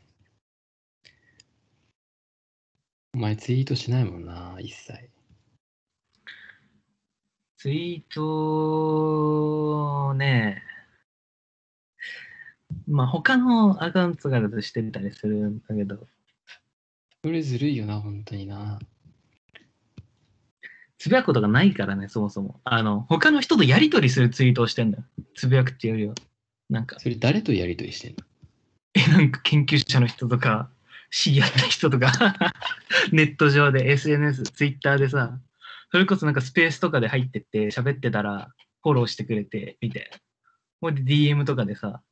お前ツイートしないもんな、一切。
ツイートね、まあ他のアカウントがだとしてたりするんだけど、
それずるいよな、本当にな。
つぶやくことがないからね、そもそも。あの、他の人とやりとりするツイートをしてんだよ。つぶやくっていうよりは。なんか、
それ誰とやりとりしてんの
え、なんか研究者の人とか、知り合った人とか、 [LAUGHS] ネット上で SNS、ツイッターでさ、それこそなんかスペースとかで入ってって、喋ってたら、フォローしてくれて、みたいな。ほいで DM とかでさ、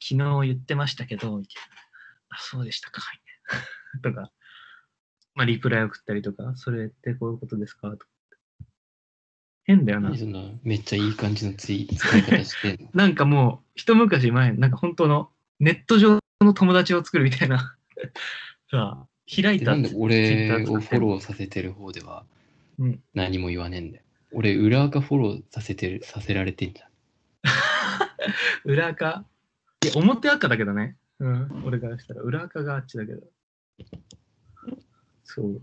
昨日言ってましたけど、みたいな。あ、そうでしたか、みたいな。とか、まあ、リプライ送ったりとか、それってこういうことですかとか。変だよな
何。そんなめっちゃいい感じのツイ [LAUGHS] 使い方してんの
なんかもう、一昔前、なんか本当のネット上の友達を作るみたいな。 [LAUGHS] さあ、開い
で
た
なんで
ツイッタ
俺
ー使
を
って
フ
ん
ォ
の
ローさせてる方では
うん
何も言わねえんだよ。俺、裏垢フォローさせてる、させられてんじゃん。
裏垢。いや、表垢だけどね。うん、俺からしたら裏垢があっちだけど。そう。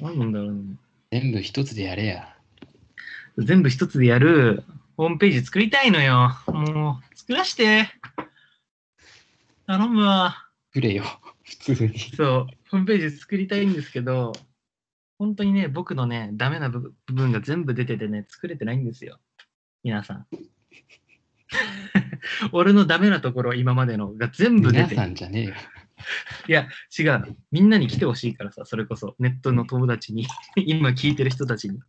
何なんだろうね。
全部一つでやれや。
全部一つでやるホームページ作りたいのよ。もう、作らして。頼むわ。
くれよ、 [LAUGHS] 普通に。
そう、ホームページ作りたいんですけど、本当にね、僕のね、ダメな部部分が全部出ててね、作れてないんですよ。皆さん。 [LAUGHS] 俺のダメなところ、今までのが全部出
皆
て
さんじゃねえよ。
いや、違う。みんなに来てほしいからさ、それこそ、ネットの友達に、 [LAUGHS] 今聞いてる人たちに。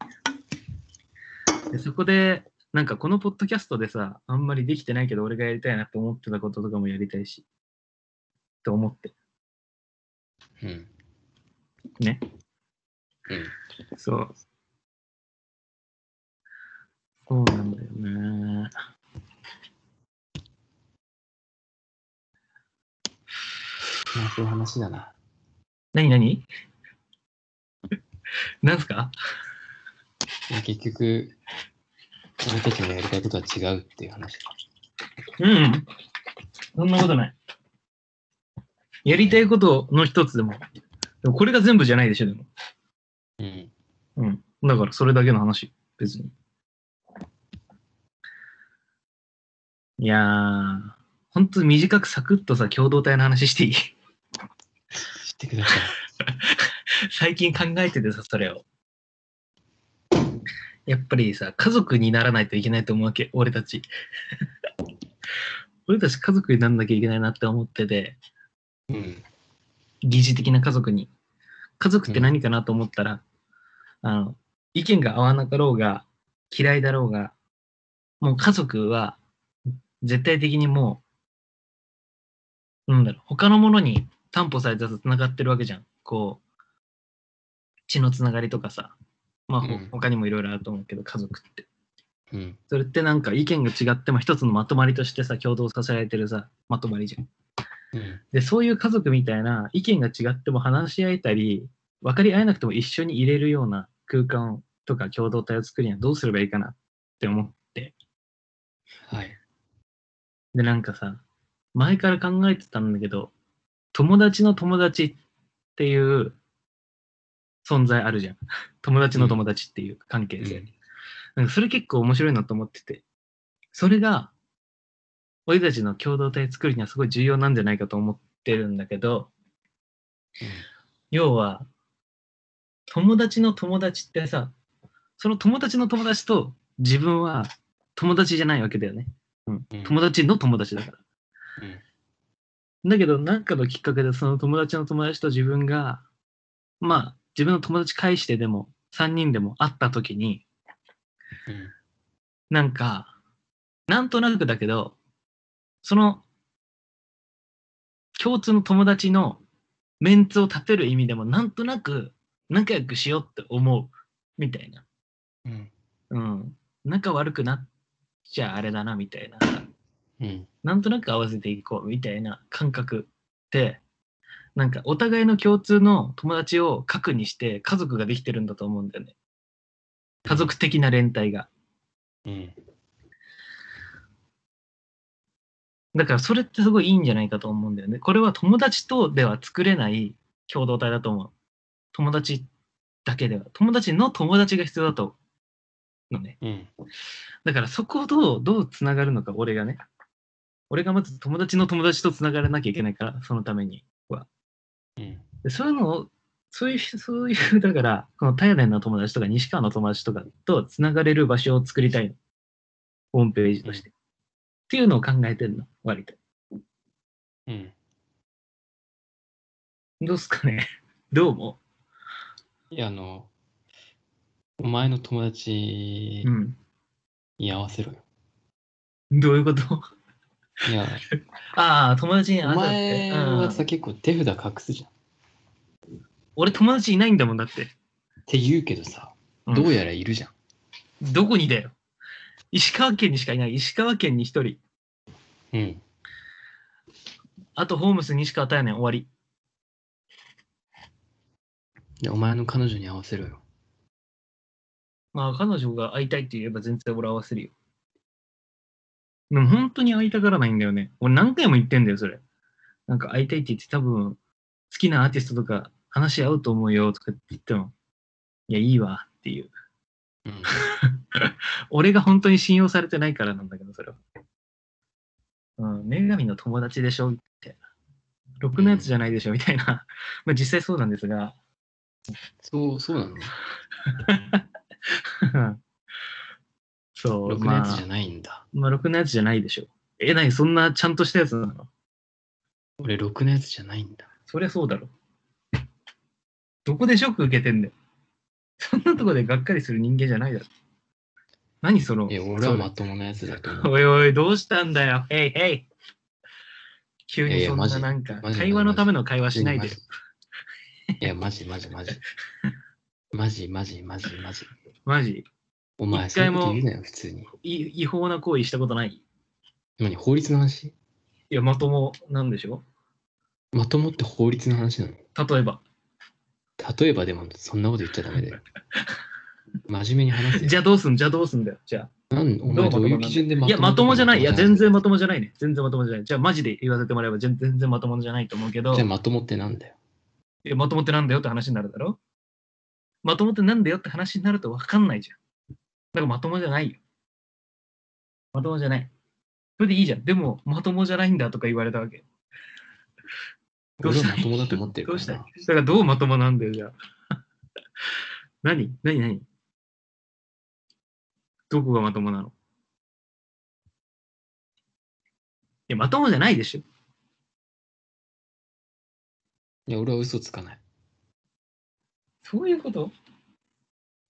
でそこで、なんかこのポッドキャストでさ、あんまりできてないけど、俺がやりたいなって思ってたこととかもやりたいし、と思って。
うん。
ね。
うん。
そう。そうなんだよね。
まあ、そういう話だな。
何何 [LAUGHS] なんすか
まあ、結局、俺たちのやりたいことは違うっていう話か。
うん。そんなことない。やりたいことの一つでも。でもこれが全部じゃないでしょ、でも。
うん。
うん。だからそれだけの話、別に。いやー、ほんと短くサクッとさ、共同体の話していい
知ってください。
最近考えててさ、それを。やっぱりさ、家族にならないといけないと思うわけ、俺たち。 [LAUGHS] 俺たち家族にならなきゃいけないなって思ってて、
うん。
疑似的な家族に。家族って何かなと思ったら、あの、意見が合わなかろうが、嫌いだろうが、もう家族は、絶対的にもう、なんだろう、他のものに担保されたと繋がってるわけじゃん。こう、血のつながりとかさ、まあ、ほ
うん
他にもいろいろあると思うけど、家族って。
うん。
それってなんか意見が違っても一つのまとまりとしてさ、共同させられてるさ、まとまりじゃん。
うん。
で、そういう家族みたいな意見が違っても話し合えたり、分かり合えなくても一緒に入れるような空間とか共同体を作るにはどうすればいいかなって思って。
はい。
で、なんかさ、前から考えてたんだけど、友達の友達っていう存在あるじゃん。 [LAUGHS] 友達の友達っていう関係性。なんかそれ結構面白いなと思ってて、それが、俺たちの共同体作るにはすごい重要なんじゃないかと思ってるんだけど、要は、友達の友達ってさ、その友達の友達と自分は友達じゃないわけだよね。
うん。
友達の友達だから。
うん
だけど、なんかのきっかけでその友達の友達と自分が、まあ、自分の友達返してでも、3人でも会った時に、
うん。
なんか、なんとなくだけど、その、共通の友達のメンツを立てる意味でも、なんとなく仲良くしようって思う、みたいな。
うん。
うん。仲悪くなっちゃあれだな、みたいな。
うん。
なんとなく合わせていこう、みたいな感覚って、なんかお互いの共通の友達を核にして家族ができてるんだと思うんだよね。家族的な連帯が。
うん。
だからそれってすごいいいんじゃないかと思うんだよね。これは友達とでは作れない共同体だと思う。友達だけでは。友達の友達が必要だと思うのね。
うん。
だからそこをどう、どうつながるのか、俺がね。俺がまず友達の友達とつながらなきゃいけないから、そのためには。
うん。
でそういうのを、そういう、そういう、 [LAUGHS] だから、この頼りの友達とか西川の友達とかとつながれる場所を作りたいの。ホームページとして。っていうのを考えてるの、割と。
うん。
どうすかねどう思
いや、あの、お前の友達
ううん。
に合わせろよ。
どういうこと
いや、
[LAUGHS] ああ、友達に
お
あ
前は
う
さ、
ん、
結構手札隠すじゃん。っ
俺友達いないんだもんだって。
て言うけどさ、
うん
どうやらいるじゃん。
どこにだよ。石川県にしかいない。石川県に一人。
うん。
あと、ホームス西川太陽ね終わり。
でお前の彼女に合わせろよ。
まあ、彼女が会いたいって言えば全然俺合わせるよ。でも本当に会いたがらないんだよね。俺何回も言ってんだよ、それ。なんか会いたいって言って多分、好きなアーティストとか話し合うと思うよとかって言っても、いや、いいわっていう。
うん。
俺が本当に信用されてないからなんだけど、それは。うん、女神の友達でしょみたいな。ろくなやつじゃないでしょみたいな。まあ実際そうなんですが。 [LAUGHS]
そう、そうなの
そう、
ろくなやつじゃ
まあ、
ないんだ。
まあ、ろくなやつじゃないでしょ。え、なに、そんなちゃんとしたやつなの
俺、ろくなやつじゃないんだ。
そりゃそうだろ。どこでショック受けてんだよ。そんなとこでがっかりする人間じゃないだろ。何その。
え、俺はまともなやつだと思う。
[LAUGHS] おいおい、どうしたんだよ。へいへい。急
いやい
に
や
そん
マジ
ななんか
マ、ジ
会話のための会話しないで
マ。ジいや、マジマジ
[LAUGHS]
マジ。マジマジマジマジ。
マジ
お前、
一
そう
回
いう
も
こと言うなよ、普通に。
い違法な行為したことない。
何、法律の話
いや、まともなんでしょ
まともって法律の話なの
例えば。
例えばでもそんなこと言っちゃダメだよ。真面目に話せよ。
じゃあどうすんじゃあどうすんだよ。じゃ
なんお
あ、ど
前
う
どういう基準で
いや、まともじゃない。いや、全然
ま
まともじゃないね。全然まともじゃない。じゃあ、マジで言わせてもらえば、全全然まともじゃないと思うけど
じゃあ、まともってなんだよ。
いやまともってなんだよって話になるだろまともってなんだよって話になると分かんないじゃん。だからまともじゃないよ。まともじゃない。それでいいじゃん。でも、まともじゃないんだとか言われたわけ。どう
俺
し
は
たら
まともだと思ってる
ど
か
う
ら
したい
な。
だからどうまともなんだよ、じゃあ。 [LAUGHS] 何何何どこがまともなのいや、まともじゃないでしょ。
いや、俺は嘘つかない。
そういうこと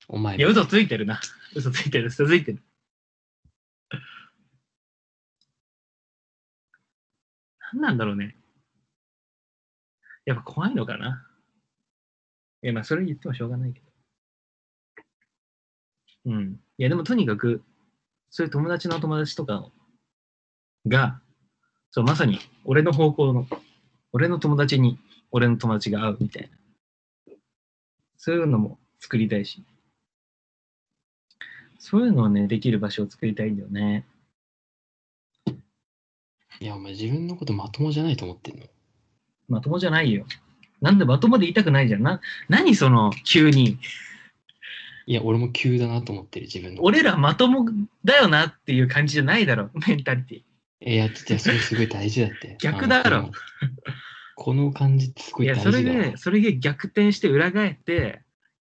お前
いや、嘘ついてるな。 [LAUGHS] 嘘ついてる、嘘ついてる。何なんだろうね。やっぱ怖いのかな。いや、まあ、それ言ってもしょうがないけど。うん。いや、でもとにかく、そういう友達の友達とかをが、そう、まさに俺の方向の、俺の友達に俺の友達が会うみたいな。そういうのも作りたいし。そういうのをね、できる場所を作りたいんだよね。
いや、お前自分のことまともじゃないと思ってんの。
まともじゃないよ。なんでまともで言いたくないじゃん。な、何その、急に。
いや、俺も急だなと思ってる、自分のこと。
俺らまともだよなっていう感じじゃないだろ、 [LAUGHS] メンタリティ。
え、やってて、それすごい大事だって。
逆だろ
あの。このこの感じってすご
い
い
や、
大事
そ
だ
れ
よ。
で、それで逆転して裏返って、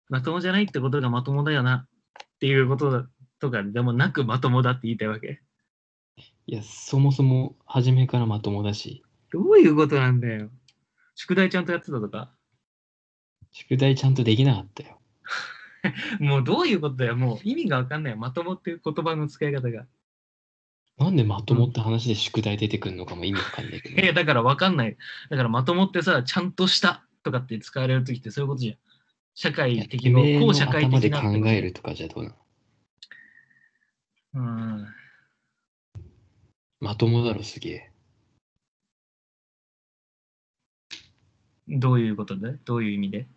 まともじゃないってことがまともだよなっていうこととかでもなくまともだって言いたいわけ。
いや、そもそも初めからまともだし、
どういうことなんだよ。宿題ちゃんとやってたとか。
宿題ちゃんとできなかったよ。
もうどういうことだよ。もう意味がわかんないよ。まともっていう言葉の使い方が。
なんでまともって話で宿題出てくるのかも意味わかんないけど。
いや、だから分かんない。だからまともってさ、ちゃんとしたとかって使われるときってそういうことじゃん。社会的
いやてめえ
の、高
の
社会
頭で
的
考
な。
えるとかじゃどうなの
うん。
まともだろ、すげえ。
どういうことでどういう意味で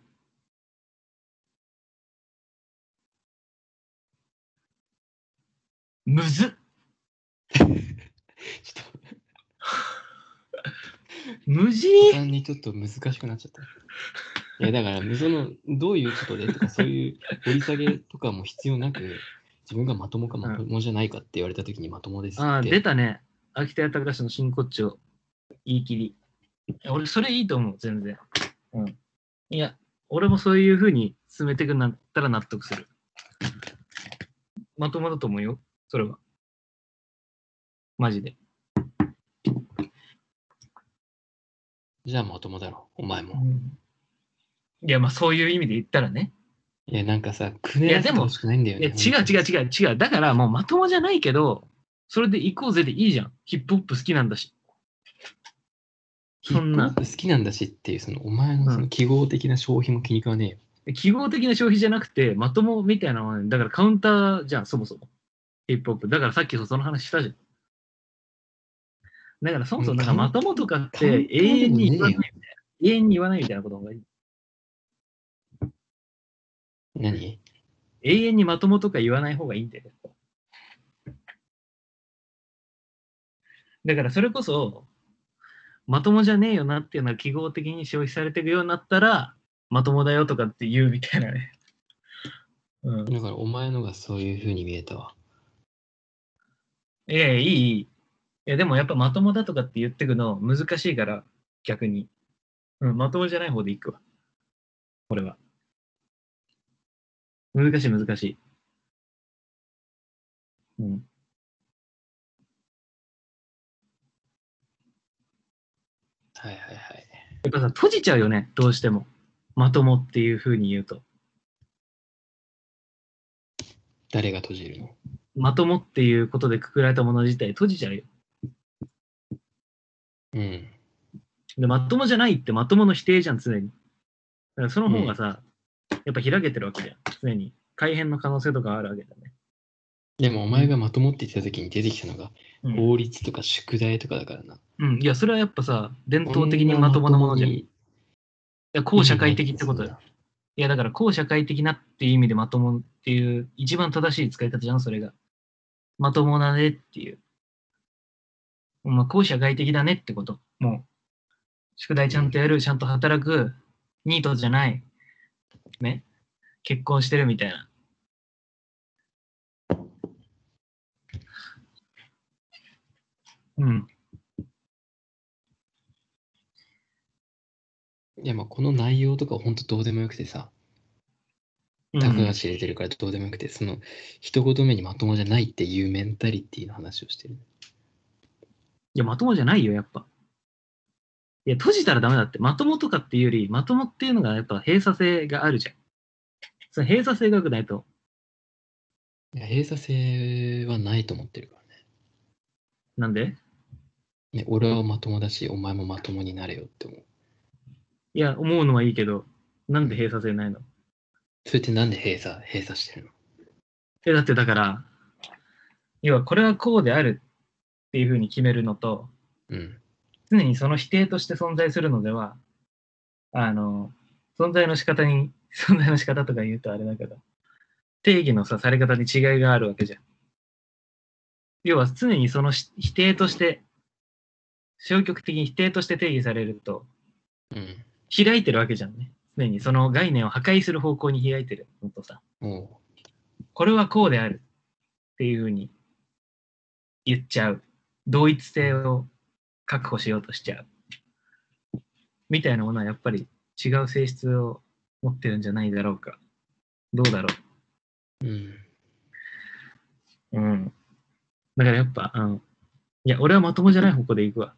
むずっ
ちょっと、
無事
途端にちょっと難しくなっ [LAUGHS] ちゃった。いや、だから、その、どういうことでとか、そういう掘り下げとかも必要なく、自分がまともかまともじゃないかって言われたときにまともですって。
ああ、出たね。秋田屋隆の真骨頂。言い切り。いや俺、それいいと思う、全然。うん。いや、俺もそういうふうに進めていくんだったら納得する。まともだと思うよ、それは。マジで。
じゃあまともだろ、お前も。
いや、まあ、そういう意味で言ったらね。
いや、なんかさ、くねらせてほしくないんだよ
いや、
ね。
違う
う。
違う違う違う。だから、もうまともじゃないけど、それで行こうぜでいいじゃん。ヒップホップ好きなんだし。
そ
そ
ん
ん
な。
な
好きなんだしっていう、その、お前のそうの
ん
記号的な消費も気に食わねえよ。
記号的な消費じゃなくて、まともみたいなのはね、だからカウンターじゃん、そもそも。ヒップホップ。だからさっきその話したじゃん。だからそもそも、だからまともとかって
カウンターでもねえ
永遠に言わない
よ
みたいな。永遠に言わないみたいなことがいい。
何
永遠にまともとか言わない方がいいんだよ。だからそれこそ、まともじゃねえよなっていうのは記号的に消費されていくようになったら、まともだよとかって言うみたいなね。うん。
だから、お前のがそういう風に見えたわ。
いやいや、いい、いい。いや、でもやっぱまともだとかって言ってくの難しいから、逆に。うん、まともじゃない方でいくわ。これは。難しい、難しい。うん。
はいはいはい。
やっぱさ、閉じちゃうよね、どうしても。まともっていうふうに言うと。
誰が閉じるの
まともっていうことでくくられたもの自体閉じちゃうよ。
うん。
で、まともじゃないってまともの否定じゃん、常に。だからその方がさ、やっぱ開けてるわけじゃん、常に。改変の可能性とかあるわけだね。
でもお前がまともって言ってた時に出てきたのが
うん
法律とか宿題とかだからな。
うん、いや、それはやっぱさ、伝統的にまともなものじゃん。い
い
や、後社会的ってことだよ。。いや、だから、後社会的なっていう意味でまともっていう、一番正しい使い方じゃん、それが。まともだねっていう。まあ、後社会的だねってこと。もう、宿題ちゃんとやる、ちゃんと働く、ニートじゃない。ね。結婚してるみたいな。うん。
いやまあこの内容とか本当どうでもよくてさ、
うん
たかが知れてるからどうでもよくて、その一言目にまともじゃないっていうメンタリティの話をしてる。
いや、まともじゃないよ、やっぱ。いや、閉じたらダメだって。まともとかっていうより、まともっていうのがやっぱ閉鎖性があるじゃん。その閉鎖性が良くないと。
いや閉鎖性はないと思ってるからね。
なんで
ね俺はまともだし、お前もまともになれよって思う。
いや、思うのはいいけど、なんで閉鎖性ないの
それってなんで閉鎖、閉鎖してるの
え、だってだから、要はこれはこうであるっていうふうに決めるのと、
うん。
常にその否定として存在するのでは、あの、存在の仕方に、 [LAUGHS] 存在の仕方とか言うとあれだけど、定義のさ、され方に違いがあるわけじゃん。要は常にそのし否定として、消極的に否定として定義されると、
うん。
開いてるわけじゃんね。常にその概念を破壊する方向に開いてるのとさ、
おう
これはこうであるっていうふうに言っちゃう。同一性を確保しようとしちゃう。みたいなものはやっぱり違う性質を持ってるんじゃないだろうか。どうだろ
うん。
う。うん。だからやっぱ、うん。いや、俺はまともじゃない方向で行くわ。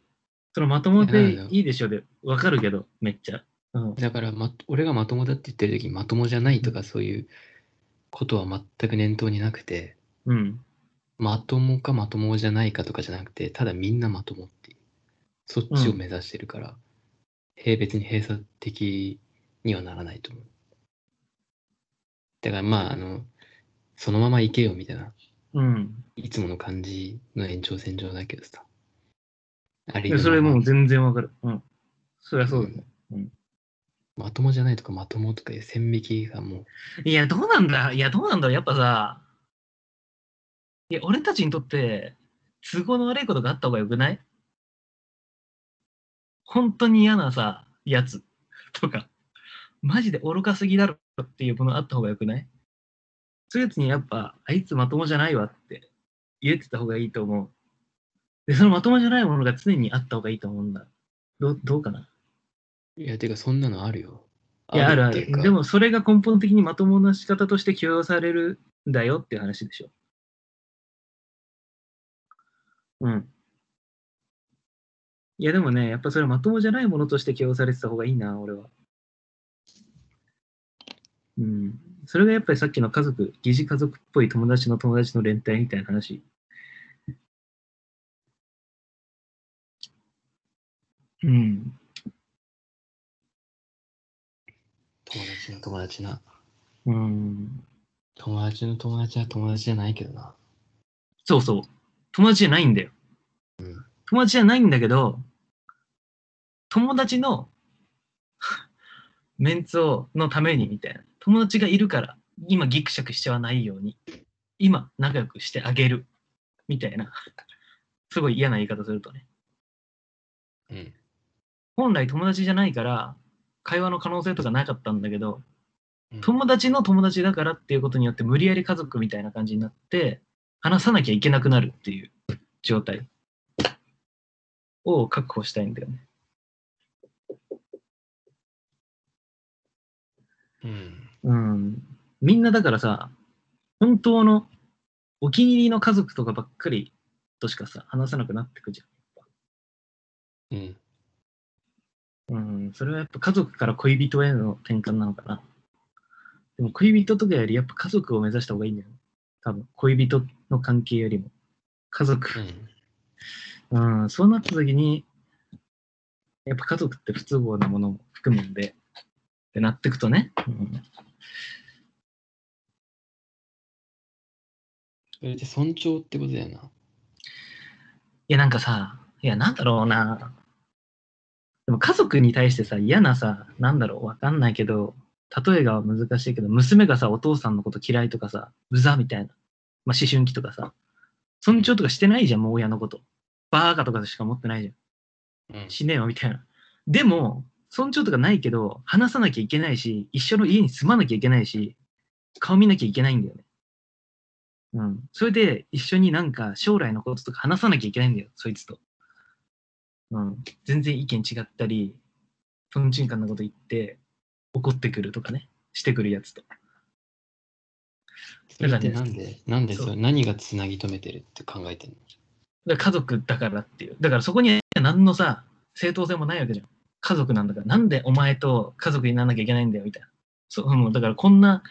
そのまともでいいでしょでわかるけど、めっちゃ。うん。
だから、ま、俺がまともだって言ってる時にまともじゃないとかそういうことは全く念頭になくて、
うん。
まともかまともじゃないかとかじゃなくて、ただみんなまともっていう。そっちを目指してるから、へえ別に閉鎖的にはならないと思う。だからまあ、あの、そのまま行けよみたいな、
うん。
いつもの感じの延長線上だけどさ。あ
い
り
や、
の
それ
まま
もう全然わかる。うん。そりゃそうだね。
まともじゃないとかまともとかいう線引きがも
いや、どうなんだいや、どうなんだろうやっぱさ、いや、俺たちにとって、都合の悪いことがあった方がよくない本当に嫌なさ、やつとか、マジで愚かすぎだろっていうものあった方がよくないそういうやつにやっぱ、あいつまともじゃないわって言ってた方がいいと思う。で、そのまともじゃないものが常にあった方がいいと思うんだ。どうどうかな
う、いや、てかそんなのあるよ。
いや、あるあ
っていうか
る。でも、それが根本的にまともな仕方として許容されるんだよっていう話でしょ。うん。いや、でもね、やっぱそれはまともじゃないものとして許容されてた方がいいな、俺は。うん。それがやっぱりさっきの家族、疑似家族っぽい友達の友達の連帯みたいな話。うん。
友達の友達な。
うん。
友達の友達は友達じゃないけどな。
そうそう。友達じゃないんだよ。
うん
友達じゃないんだけど、友達の [LAUGHS] メンツをのためにみたいな。友達がいるから、今ギクシャクしてはないように、今仲良くしてあげる。みたいな。すごい嫌な言い方するとね。
うん。
本来友達じゃないから、会話の可能性とかなかったんだけど、
うん
友達の友達だからっていうことによって無理やり家族みたいな感じになって話さなきゃいけなくなるっていう状態を確保したいんだよね。
うん。
うん。みんなだからさ、本当のお気に入りの家族とかばっかりとしかさ、話さなくなってくじ
うん。
ゃん。うん。それはやっぱ家族から恋人への転換なのかな。でも恋人とかよりやっぱ家族を目指した方がいいんだよね。多分、恋人の関係よりも。家族。
うん
うん、そうなった時に、やっぱ家族って不都合なものも含むんで、ってなってくとね、うん
それって尊重ってことだよな。
いや、なんかさ、いや、なんだろうな。でも家族に対してさ、嫌なさ、なんだろう、わかんないけど、例えが難しいけど、娘がさ、お父さんのこと嫌いとかさ、うざみたいな、まあ、思春期とかさ、尊重とかしてないじゃん、もう親のこと。バーカとかしか思ってないじ
う
ゃ
ん
ん。死ねよ、みたいな。でも、尊重とかないけど、話さなきゃいけないし、一緒の家に住まなきゃいけないし、顔見なきゃいけないんだよね。うん。それで、一緒になんか将来のこととか話さなきゃいけないんだよ、そいつと。うん。全然意見違ったり、とんちんかんなこと言って、怒ってくるとかね、してくるやつと。
それっ
だか
て
らね
なんで、なんでそ
そ
れ
う
何がつなぎ止めてるって考えてんの
だから家族だからっていう。だからそこには何のさ、正当性もないわけじゃん。家族なんだから。なんでお前と家族にならなきゃいけないんだよ、みたいな。そう、もうだからこんな、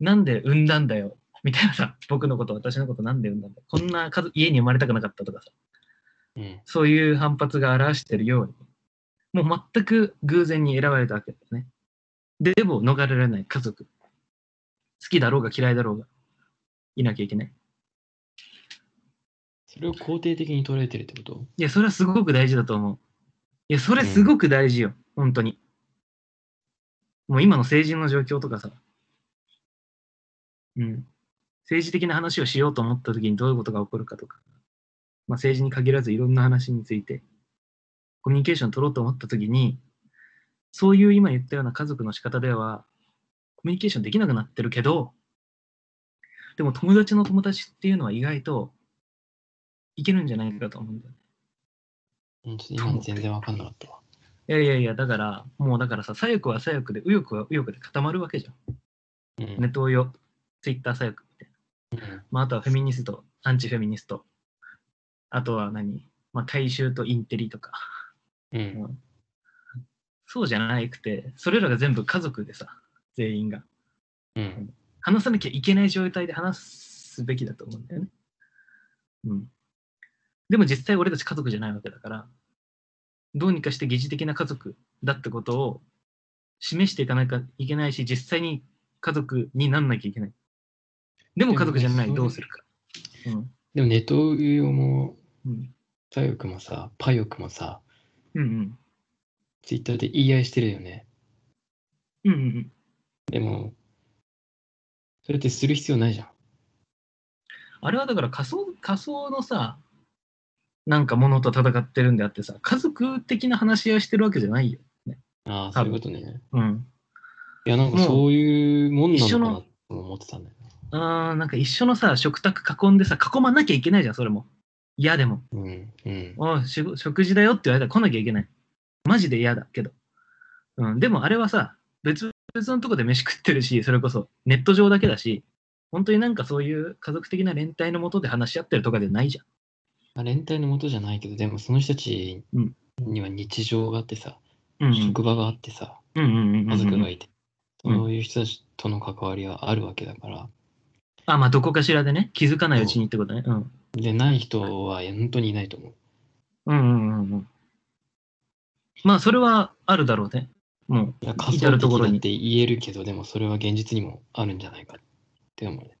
なんで産んだんだよ、みたいなさ、 [LAUGHS] 僕のこと、私のことなんで産んだんだよ。こんな家族家に生まれたくなかったとかさ、
うん。
そういう反発が表してるように。もう全く偶然に選ばれたわけだよね。ででも逃れられない家族。好きだろうが嫌いだろうが、いなきゃいけない。
それを肯定的に捉えてるってこと
いや、それはすごく大事だと思う。いや、それすごく大事よ、本当に。もう今の政治の状況とかさ、うん。政治的な話をしようと思った時にどういうことが起こるかとか、まあ、政治に限らずいろんな話について、コミュニケーション取ろうと思った時に、そういう今言ったような家族の仕方では、コミュニケーションできなくなってるけど、でも友達の友達っていうのは意外といけるんじゃないかと思うんだよね
うんちょっと今の全然わかんなかったわ。
いやいやいや、だから、もうだからさ、左翼は左翼で、右翼は右翼で固まるわけじゃ
うん
ん。ネット用、ツイッター左翼みたいな。
うん
まあ、あとはフェミニスト、アンチフェミニスト。あとは何まあ、大衆とインテリとか。
うん
そうじゃなくて、それらが全部家族でさ、全員が。
うん
話さなきゃいけない状態で話すべきだと思うんだよね。うん。でも実際俺たち家族じゃないわけだから、どうにかして疑似的な家族だってことを示していかなきゃいけないし、実際に家族になんなきゃいけない。でも家族じゃな
で
い、
もね
どうするか。うん。
でもネット運用も
うん。
左翼もさ、パヨクもさ、
うんうん。
ツイッターで言い合いしてるよね。
うんうんうん。
でも、それってする必要ないじゃん。
あれはだから仮想仮想のさ、なんかものと戦ってるんであってさ、家族的な話し合いしてるわけじゃないよ。
ああ、そ
多
うい
分
うことね。
うん。
いや、なんかそういうもんなのか
も
な
う
と思ってたんだよね。
あーなんか一緒のさ、食卓囲んでさ、囲まなきゃいけないじゃん、それも。嫌でも。
うん、うん、
おいし食事だよって言われたら来なきゃいけない。マジで嫌だけど。うん、でもあれはさ、別々のとこで飯食ってるし、それこそネット上だけだし、本当になんかそういう家族的な連帯のもとで話し合ってるとかじゃないじゃん。
まあ連帯のもとじゃないけど、でもその人たち
うん
には日常があってさ、
うんうん
職場があってさ、
うんうんうん
家
うん
族
う
が
ん。
いて、
うん
そういう人たちとの関わりはあるわけだから、
あ、まあどこかしらでね、気づかないうちにってことね。うん。
で、ない人は本当にいないと思う。
うんうんうんうん。まあそれはあるだろうね。もう
いや、仮
至
想
る
的
所
だっ
に
て言えるけど、でもそれは現実にもあるんじゃないかって思うね。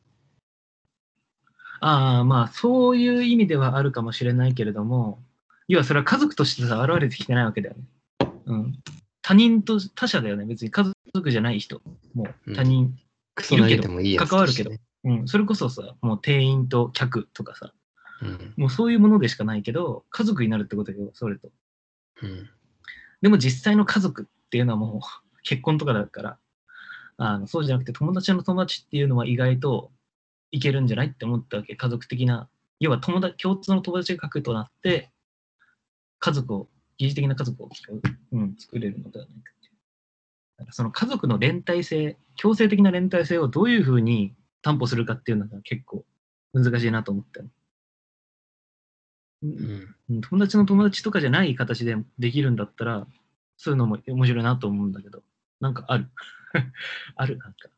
ああ、まあ、そういう意味ではあるかもしれないけれども、要はそれは家族としてさ、現れてきてないわけだよね。うん。他人と、他者だよね。別に家族じゃない人。も
う
う、
ん
他人。
クソ投げてもいいやつとし
関
て
わ
ね。
うん。それこそさ、もう店員と客とかさ、
うん、
もうそういうものでしかないけど、家族になるってことよ、それと。
うん、
でも実際の家族っていうのはもう [LAUGHS] 結婚とかだから、あのそうじゃなくて友達の友達っていうのは意外といけるんじゃないって思ったわけ。家族的な、要は友達共通の友達が書くとなって、家族を、疑似的な家族を作る,、うん、作れるのではないかっていうだからその家族の連帯性、強制的な連帯性をどういうふうに担保するかっていうのが結構難しいなと思ったね。
うん。
うん友達の友達とかじゃない形でできるんだったら、そういうのも面白いなと思うんだけど、なんかある。 [LAUGHS] ある、なんか。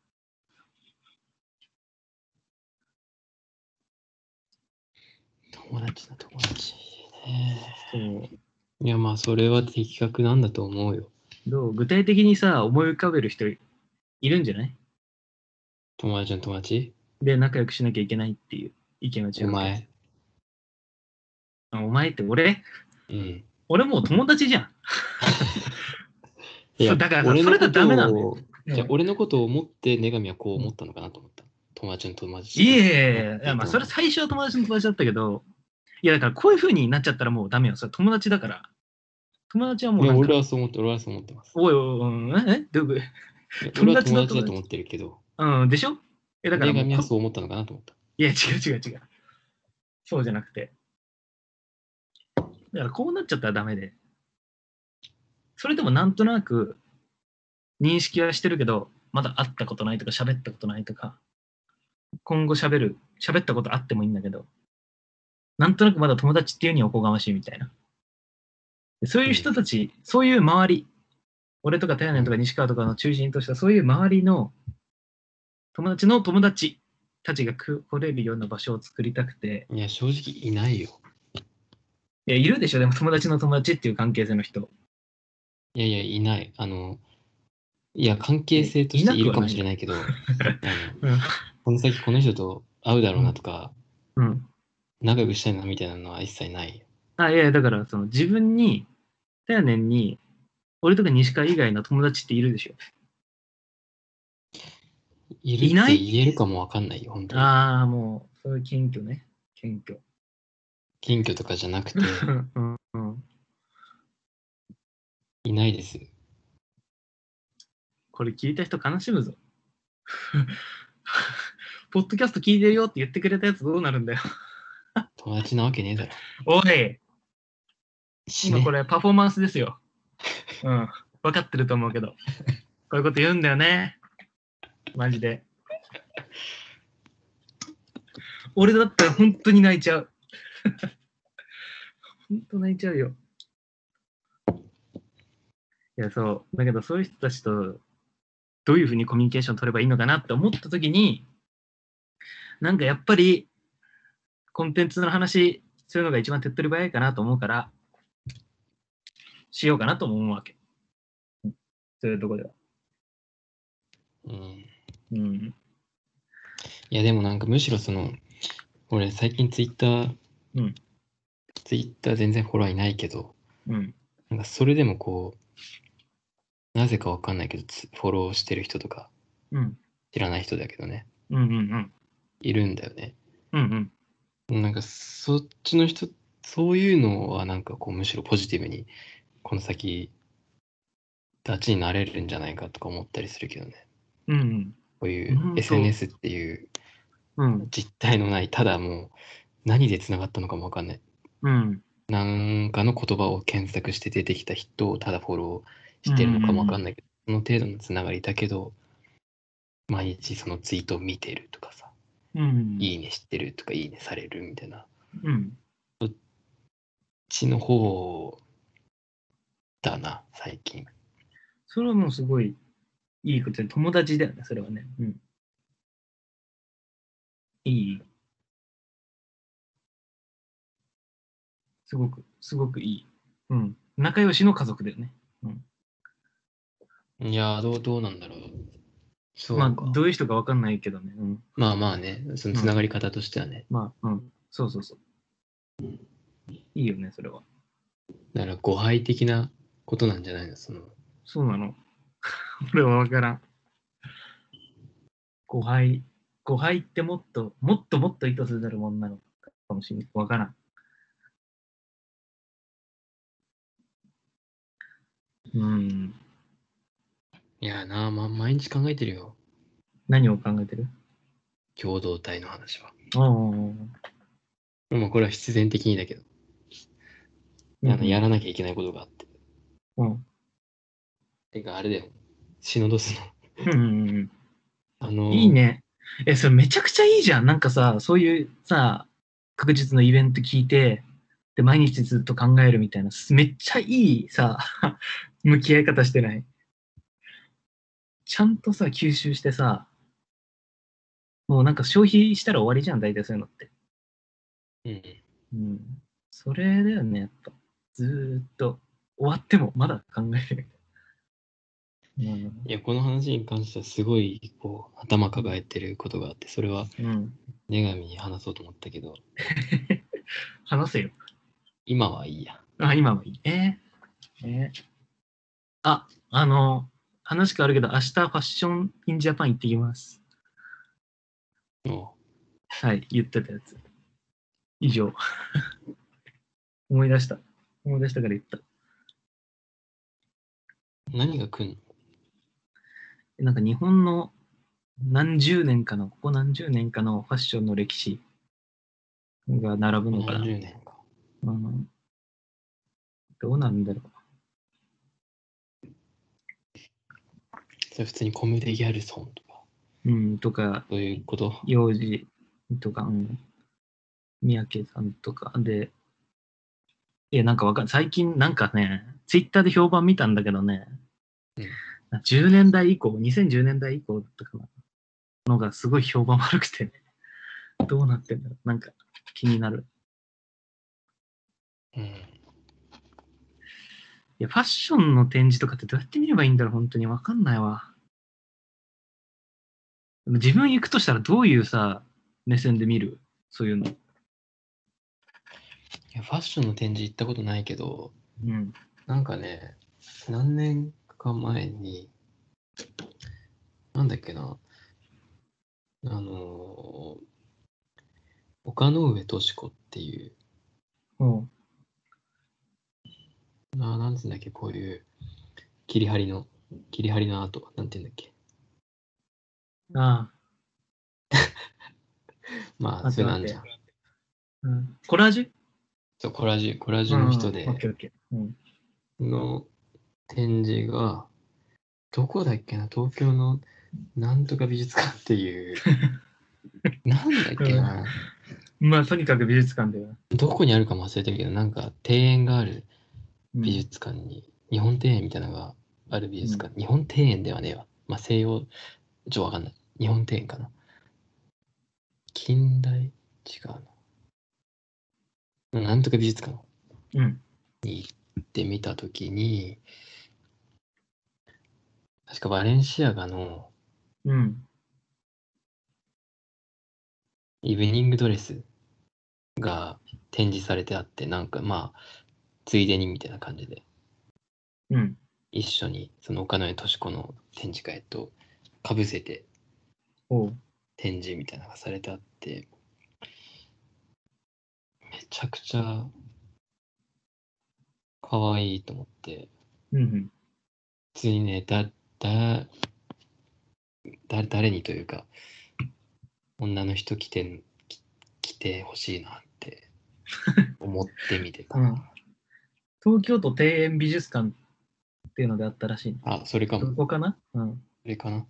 友達だ、友達ね。
そう
いや、まあ、それは的確なんだと思うよ。
どう具体的にさ、思い浮かべる人いるんじゃない
友達の友達
で仲良くしなきゃいけないっていう意見が違
お
う。
前。
あお前って俺
うん。
俺もう友達じゃん。そうだからさ
俺の
それだとダメなんだ
ことをじゃあ俺のことを思って、女神はこう思ったのかなと思った。友達の友達。
いえいえいえ、いやまあそれは最初は友達の友達だったけど、いやだからこういう風になっちゃったらもうダメよ。それ友達だから。友達はもう
い
な
や
んか
俺はそう思って、俺はそう思ってます。
おいおいおい、ええどういうこ
いや俺
友
は
達の
友達だと思ってるけど、
とうん、でしょえだからも
女
う
神はそう思ったのかなと思った。
いや違う違う違う。そうじゃなくて。だからこうなっちゃったらダメで。それでもなんとなく認識はしてるけど、まだ会ったことないとか喋ったことないとか、今後喋る、喋ったことあってもいいんだけど、なんとなくまだ友達っていうにはおこがましいみたいな。でそういう人たち、そういう周り、俺とか太陽とか西川とかの中心としたそういう周りの友達の友達たちが来来れるような場所を作りたくて、
いや、正直いないよ。
いや、いるでしょ、でも友達の友達っていう関係性の人。
いやいや、いない。あの、いや、関係性としているかもしれないけど、あ
うん
のこの先この人と会うだろうなとか、
うん。
仲良くしたいなみたいなのは一切ないよ。
あ、いやいや、だから、その自分に、たやねんに、俺とか西川以外の友達っているでしょ。
いる
いな
っ
い
て言えるかもわかんないよ、本当に。
ああ、もう、そういう謙虚ね。謙虚。
謙虚とかじゃなくて、
うんうん。
いないです。
これ聞いた人悲しむぞ。 [LAUGHS] ポッドキャスト聞いてるよって言ってくれたやつどうなるんだよ。
友達なわけねえだろ。
おい、
死
今
ね
こ。れパフォーマンスですよ。うん。分かってると思うけど。こういうこと言うんだよね。マジで。俺だったら本当に泣いちゃう。 [LAUGHS] 本当泣いちゃうよ。いや、そう。だけど、そういう人たちとどういうふうにコミュニケーション取ればいいのかなって思ったときに、なんかやっぱり、コンテンツの話するのが一番手っ取り早いかなと思うから、しようかなとも思うわけ。そういうとこでは。
うん。
うん。
いや、でもなんかむしろその、俺最近ツイッター、
うん
ツイッター全然フォロワーいないけど、
うん。
なんかそれでもこう、なぜかわかんないけど、つフォローしてる人とか、
うん。
知らない人だけどね、
うんうん
いるんだよね。
うん。うんうん。
なんかそっちの人、そういうのはなんかこう、むしろポジティブに、この先、ダチになれるんじゃないかとか思ったりするけどね。
うん
こうい
うんそう
う SNS っていう
うん。
実体のない、ただもう、何で繋がったのかもわかんない。
うん。
なんかの言葉を検索して出てきた人をただフォローしてるのかもわかんないけど、その程度のつながりだけど、毎日そのツイートを見てるとかさ、
うん。
いいねしてるとか、いいねされるみたいな、こ
うん。
っちの方だな、最近。
それはもうすごいいいことで、友達だよね、それはね。うん。いい。すごく、すごくいい。うん。仲良しの家族だよね。
いやー、どう、どうなんだろう。そう
ま
か。
あ、どういう人かわかんないけどね。うん。
まあまあね、そのつながり方としてはね、
まあ、うん。そうそうそう。いいよね、それは。
だから誤配的なことなんじゃないの、その、
そうなの [LAUGHS] 俺は分からん。誤配。誤配ってもっと、もっともっと意図せざるもんなのかもしれない。分からん。うん。
いやーなー、ま、毎日考えてるよ、
何を考えてる
共同体の話は。
ああ。
まあこれは必然的にだけど。あのやらなきゃいけないことがあって。
うん。
てか、あれだよ。シノドスの。
うんうんうん。
あ
[LAUGHS]
の、
いい。ね。え、それめちゃくちゃいいじゃん。なんかさ、そういうさ、確実のイベント聞いて、で、毎日ずっと考えるみたいな、すめっちゃいいさ、 [LAUGHS] 向き合い方してない。ちゃんとさ、吸収してさ、もうなんか消費したら終わりじゃん、大体そういうのって。
うん。
うん。それだよね、やっぱ。ずーっと。終わってもまだ考えてる。うん
いや、この話に関してはすごい、こう、頭抱えてることがあって、それは
うん、
女神に話そうと思ったけど、
話せよ。
今はいいや。
あ、今はいい。えー、えーあ、あの、話変わるけど、明日ファッションインジャパン行ってきます。
も
はい、言ってたやつ。以上。 [LAUGHS] 思い出した。思い出したから言った。
う何が来んの
なんか日本の何十年かの、ここ何十年かのファッションの歴史が並ぶのかな。
?70 年か。
うん、どうなんだろう。
それ普通にコムデ・ギャルソンとか、
うん、とか、
そういうこと
幼児とか、うん、三宅さんとかで、いや、なんかわかん最近、なんかね、ツイッターで評判見たんだけどね、10年代以降、2010年代以降だったかな、のがすごい評判悪くて、どうなってんだろう、なんか気になる。
うん。
いや、ファッションの展示とかってどうやって見ればいいんだろう、本当にわかんないわ。でも自分行くとしたらどういうさ、目線で見るそういうの。
いや、ファッションの展示行ったことないけど、
うん。
なんかね、何年か前に、なんだっけな、あのー岡ノ上敏子っていう、
おう
ななんつうんだっけ、こういう切り張りの、切り張りのアート、なんていうんだっけ。
あ
ま
あ
あ、そういうのあんじゃん。
あ、うん、コラージュ
そう、コラージュ、コラージュの人で
うん、オッケーオッケー。うん。
の展示が、どこだっけな、東京のなんとか美術館っ
[LAUGHS]
ていう、なんだっけな、
まあ、とにかく美術館だよ。
どこにあるかも忘れてるけど、なんか庭園がある
うん
美術館に、日本庭園みたいなのがある美術館、日本庭園ではねえわ。まあ西洋、ちょっとわかんない。日本庭園かな。近代違うな。なんとか美術館
うん。
って見たときに、確かバレンシアガの
うん。
イブニングドレスが展示されてあって、なんかまあ、ついでにみたいな感じで。
うん。
一緒にその岡野江敏子の展示会とかぶせて
おう。
展示みたいなのがされてあってめちゃくちゃ可愛いと思って
うんうん。
普通にねだだだ誰にというか女の人来てんき来てほしいなって思って見て [LAUGHS] た、
うん東京都庭園美術館っていうのであったらしいね。
あそれか
そ
も
こかなうん。
それかな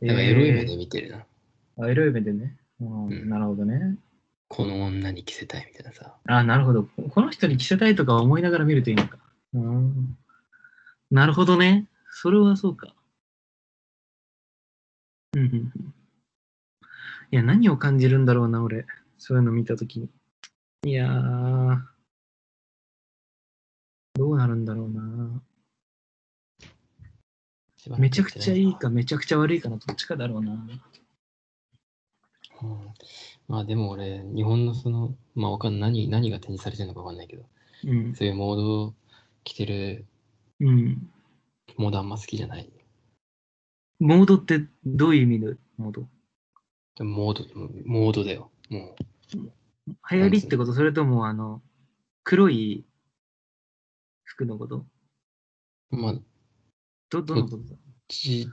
え
なんかエロい目
ー
で見てるな、
あ、エロい目でね。うん
うん
なるほどね。
この女に着せたいみたいなさ
あ、なるほど。ここの人に着せたいとか思いながら見るといいのか。うん。なるほどね。それはそうか。うんうんうん。いや、何を感じるんだろうな、俺。そういうの見たときに。いやー。どうなるんだろうな。
しばらく
めちゃくちゃい
や
い
ってな
か、めちゃくちゃ悪いかのどっちかだろうな。
うんまあでも俺、日本のその、まあわかん何、何が展示されてるのかわかんないけど、
うん。
そういうモードを着てる
うん。
モードあんま好きじゃない。
モードってどういう意味のモード
でもモード、モードだよ。も
流行りってことそれともあの黒い服のこと
う、まあ、
どどのことだ
ち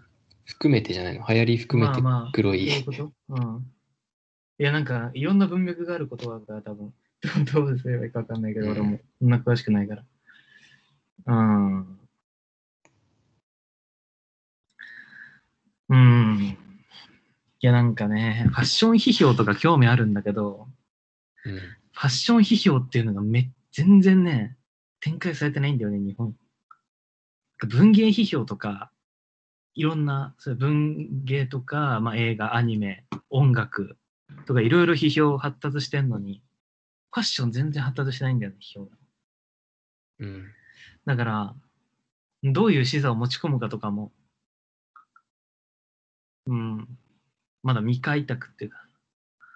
含めてじゃないの。流行り含めて
まあまあ
黒
そう
い。
いうことうん。いやなんかいろんな文脈がある言葉が多分 [LAUGHS] どどうすればいいかわかんないけど、
うん
俺もそんな詳しくないから。うん。うん。いやなんかね、ファッション批評とか興味あるんだけど、
うん
ファッション批評っていうのがめ全然ね、展開されてないんだよね、日本。文芸批評とか、いろんなそういう文芸とか、まあ、映画、アニメ、音楽とかいろいろ批評発達してんのに、ファッション全然発達してないんだよね、批評が。
うん。
だから、どういう資産を持ち込むかとかも、うん、まだ未開拓っていうか、だか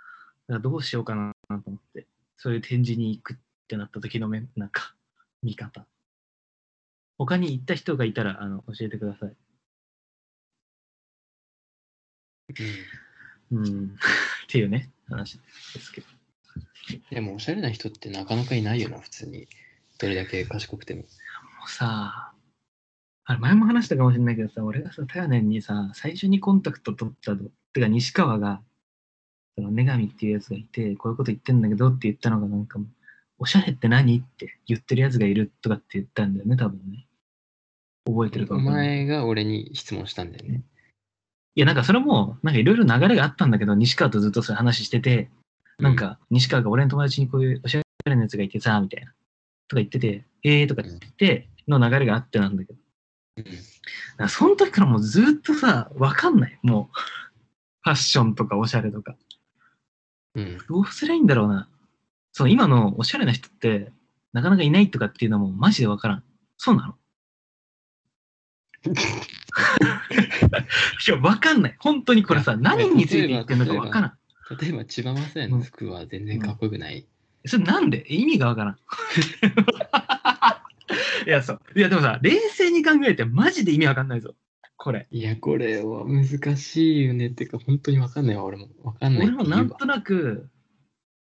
らどうしようかなと思って、そういう展示に行くってなった時のめなんか、見方。他に行った人がいたら、あの、教えてください。うん、 [LAUGHS] っていうね、話ですけど。
でも、おしゃれな人ってなかなかいないよな、普通に。どれだけ賢くても。
もうさ、あれ前も話したかもしれないけどさ、俺がさ、タヤネンにさ、最初にコンタクト取ったの、てか西川が、その女神っていうやつがいて、こういうこと言ってんだけどって言ったのがなんかもう、おしゃれって何って言ってるやつがいるとかって言ったんだよね、多分ね。覚えてるか
お
わかんない。
前が俺に質問したんだよね。
いや、なんかそれも、なんかいろいろ流れがあったんだけど、西川とずっとそういう話してて、なん
う、
か、西川が俺の友達にこういうおしゃれなやつがいてさ、みたいな。とか言ってて、えーとか言って、の流れがあってなんだけど。
うん
なんかその時からもうずっとさ、わかんない。もう、ファッションとかおしゃれとか。
うん。
どうすりゃいいんだろうな。そう、今のおしゃれな人って、なかなかいないとかっていうのもマジでわからん。そう
[LAUGHS]
なのいや、わかんない。本当にこれさ、
いや
何について言ってんのかわからん。
例えば、千葉雅也の服は全然かっこよくない。
それなんで意味がわからん。 [LAUGHS] いや、そう。いや、でもさ、冷静に考えて、マジで意味わかんないぞ。これ。
いや、これは難しいよね。ってか、本当にわかんないわ、俺も。わかんない
俺
って
も
言うわ。
なんとなく、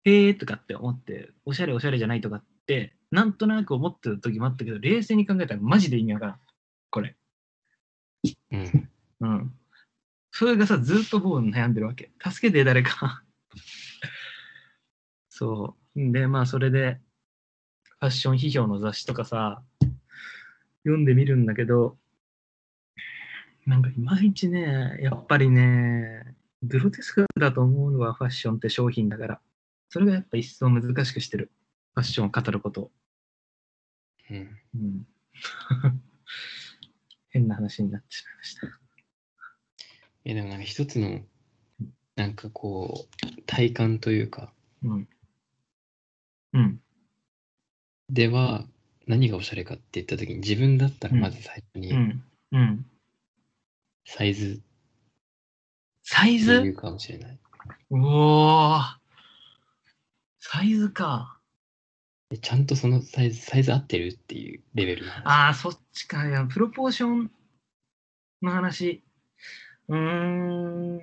へえとかって思って、おしゃれおしゃれじゃないとかって、なんとなく思ってた時もあったけど、冷静に考えたらマジで意味わからん。これ。
うん。
うん。それがさ、ずっと僕悩んでるわけ。助けて、誰か。 [LAUGHS] そう。で、まあ、それで、ファッション批評の雑誌とかさ、読んでみるんだけど、なんかいまいちね、やっぱりね、グロテスクだと思うのはファッションって商品だから、それがやっぱ一層難しくしてる。ファッションを語ることを。
うん。
うん、 [LAUGHS] 変な話になってしまいました。
いや、でもなんか一つの、なんかこう、体感というか、
うん。うん。
では、何がおしゃれかって言った時に、自分だったらまず最初
う
に、
ん。うん。
サイズ
サイ
って
ズ、
いうかもしれない。
うおーサイズか。
でちゃんとそのサイズ、サイズ合ってるっていうレベルの話。
ああ、そっちか。いや、プロポーションの話。うーん。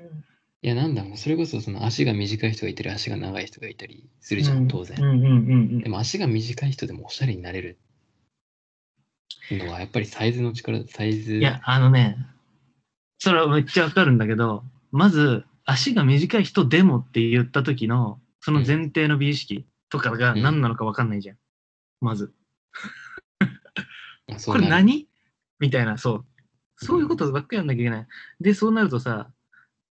いや、なんだろう、それこそその足が短い人がいたり、足が長い人がいたりするじゃ
うん
ん、当然。
うんうんうん
でも足が短い人でもおしゃれになれるのはやっぱりサイズの力、サイズ。
うん。いや、あのね、それはめっちゃわかるんだけど、まず、足が短い人でもって言った時の、その前提の美意識とかが
うん
何なのかわかんないじゃん。まず。
まあ、そ
こ
う
れ
なる
何みたいな、そう。そういうことばっかりやんなきゃいけない。で、そうなるとさ、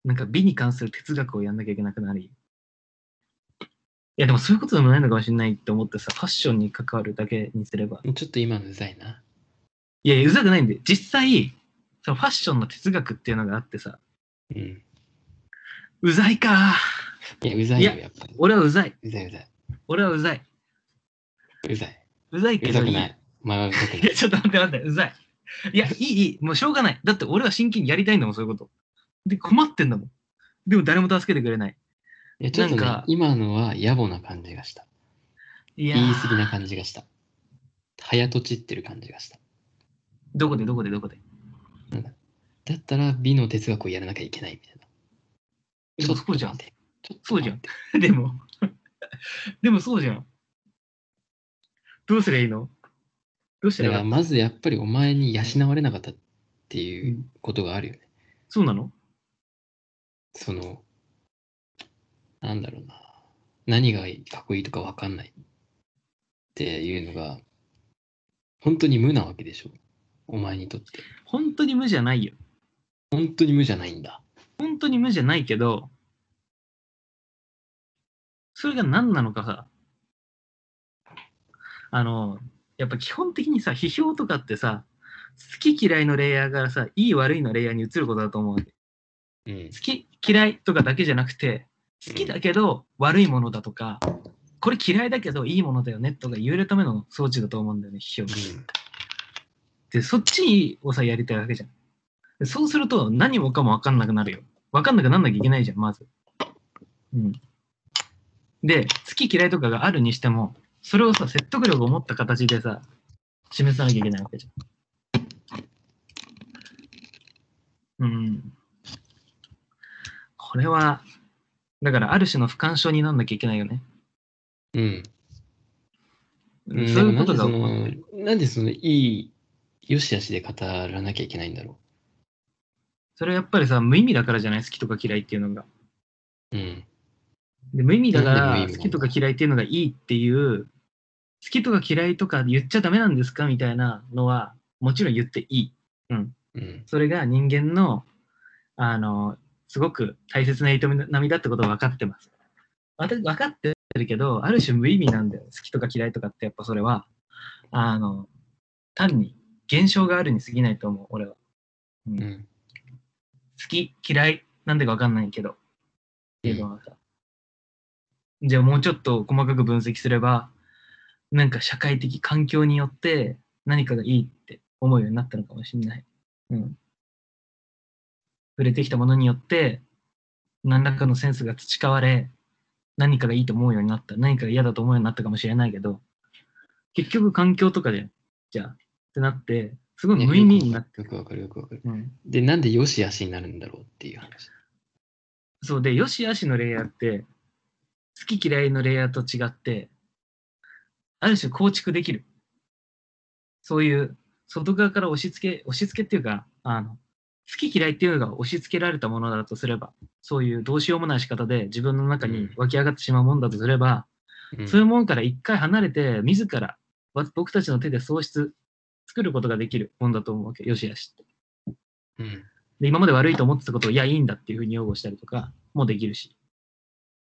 なんか美に関する哲学をやんなきゃいけなくなり。いや、でもそういうことでもないのかもしれないって思ってさ、ファッションに関わるだけにすれば。
ちょっと今のうざいな。
いやいや、うざくないんで、実際、そのファッションの哲学っていうのがあってさ、
うん。
うざいか。
いや、うざいよ、
い
やっぱり。
俺はうざい。
うざい、うざい。
俺はうざい。
うざい。
うざいうけ
ざ
ど
く
いい。
ない。お前はうざく
い [LAUGHS]
な
や、
い。
ちょっと待って待って、うざい。いや、いい、いい、もうしょうがない。だって俺は真剣にやりたいんだもん、そういうこと。で、困ってんだもん。でも誰も助けてくれない。
いや、ちょっとね
なんか
今のは野暮な感じがした。
いやー
言い過ぎな感じがした。早とちってる感じがした。
どこでどこでどこで。 [LAUGHS]
だったら美の哲学をやらなきゃいけないみたいな。
でもそうじゃん
ちょっと待って。ちょっと
そうじ
待
ゃ
っ
ん
て。
でも、 [LAUGHS] でもそうじゃん。どうすりゃいいのどうした
だからら
いいの
まずやっぱりお前に養われなかったっていうことがあるよね。
そうなの
その、なんだろうな。何がかっこいいとかわかんないっていうのが、本当に無なわけでしょ。お前にとって。
本当に無じゃないよ。
本当に無じゃないんだ。
本当に無じゃないけど、それが何なのかさ、あの、やっぱ基本的にさ、批評とかってさ、好き嫌いのレイヤーからさ、いい悪いのレイヤーに移ることだと思うわけ。
うん。
好き嫌いとかだけじゃなくて好きだけど悪いものだとかこれ嫌いだけどいいものだよねとか言えるための装置だと思うんだよね批評っで、そっちをさ、やりたいわけじゃん。でそうすると、何もかも分かんなくなるよ。分かんなくなんなきゃいけないじゃん、まず。うん。で、好き嫌いとかがあるにしても、それをさ、説得力を持った形でさ、示さなきゃいけないわけじゃん。うん。これは、だから、ある種の不干渉になんなきゃいけないよね。
うん。
そう
う
い
ん
うこと
で
が
も
起こって
な
る。
んでその、なんでそのいい、よしあしで語らなきゃいけないんだろ
それはやっぱりさ、無意味だからじゃない好きとか嫌いっていうのが。
う。うん。
で無意味だか
なんで無意
ら、
味な
好
の
きとか嫌いっていうのがいいっていう、好きとか嫌いとか言っちゃダメなんですかみたいなのは、もちろん言っていい。
うん。
それが人間の、あの、すごく大切な営みだってことを分かってます。わた分かってるけど、ある種無意味なんだよ。好きとか嫌いとかって、やっぱそれは、あの、単に現象があるに過ぎないと思う、俺は。うん
うん。
好き嫌いなんでか分かんないけどっていうのがさ、じゃあもうちょっと細かく分析すればなんか社会的環境によって何かがいいって思うようになったのかもしれない、うん、触れてきたものによって何らかのセンスが培われ何かがいいと思うようになった何かが嫌だと思うようになったかもしれないけど結局環境とかでじゃあってなってすごい無意味になって、
よくわかるよくわかる。
うん、
で、なんでよしあしになるんだろうっていう話。
そうで、よしあしのレイヤーって、好き嫌いのレイヤーと違って、ある種構築できる。そういう、外側から押し付け、押し付けっていうか、あの、好き嫌いっていうのが押し付けられたものだとすれば、そういうどうしようもない仕方で自分の中に湧き上がってしまうもんだとすれば、
うん
そういうものから一回離れて、自ら、わ僕たちの手で喪失、作ることができるもんだと思うわけ、よしあしって。
うん。
で、今まで悪いと思ってたことを、いや、いいんだっていうふうに擁護したりとかもできるし。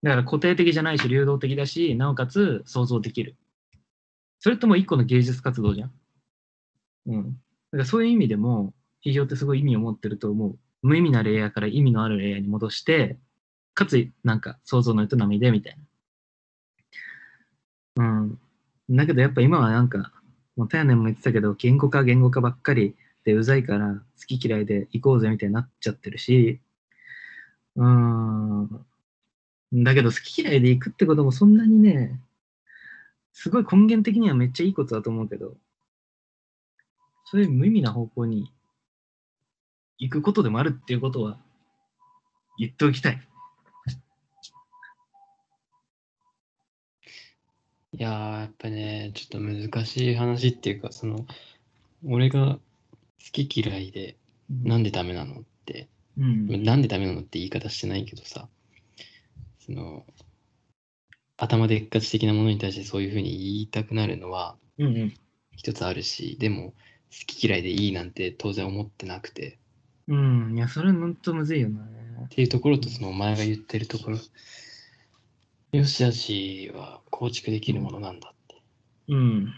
だから固定的じゃないし、流動的だし、なおかつ想像できる。それともう一個の芸術活動じゃん。うん。だからそういう意味でも、批評ってすごい意味を持ってると思う。無意味なレイヤーから意味のあるレイヤーに戻して、かつ、なんか想像の営みで、みたいな。うん。だけどやっぱ今はなんか、もうタヤネも言ってたけど、言語化言語化ばっかりでうざいから好き嫌いで行こうぜみたいになっちゃってるし、うーん。だけど好き嫌いで行くってこともそんなにね、すごい根源的にはめっちゃいいことだと思うけど、そういう無意味な方向に行くことでもあるっていうことは言っておきたい。
いやー、やっぱね、ちょっと難しい話っていうか、その、俺が好き嫌いで、なん
で、
でダメなのって、
うん、
なんでダメなのって言い方してないけどさ、その、頭でっかち的なものに対してそういうふうに言いたくなるのは
うんうん。
一つあるし、でも、好き嫌いでいいなんて当然思ってなくて、
うん、いや、それほんとむずいよな。
っていうところと、そのお前が言ってるところ、よしあしは構築できるものなんだって。
うん。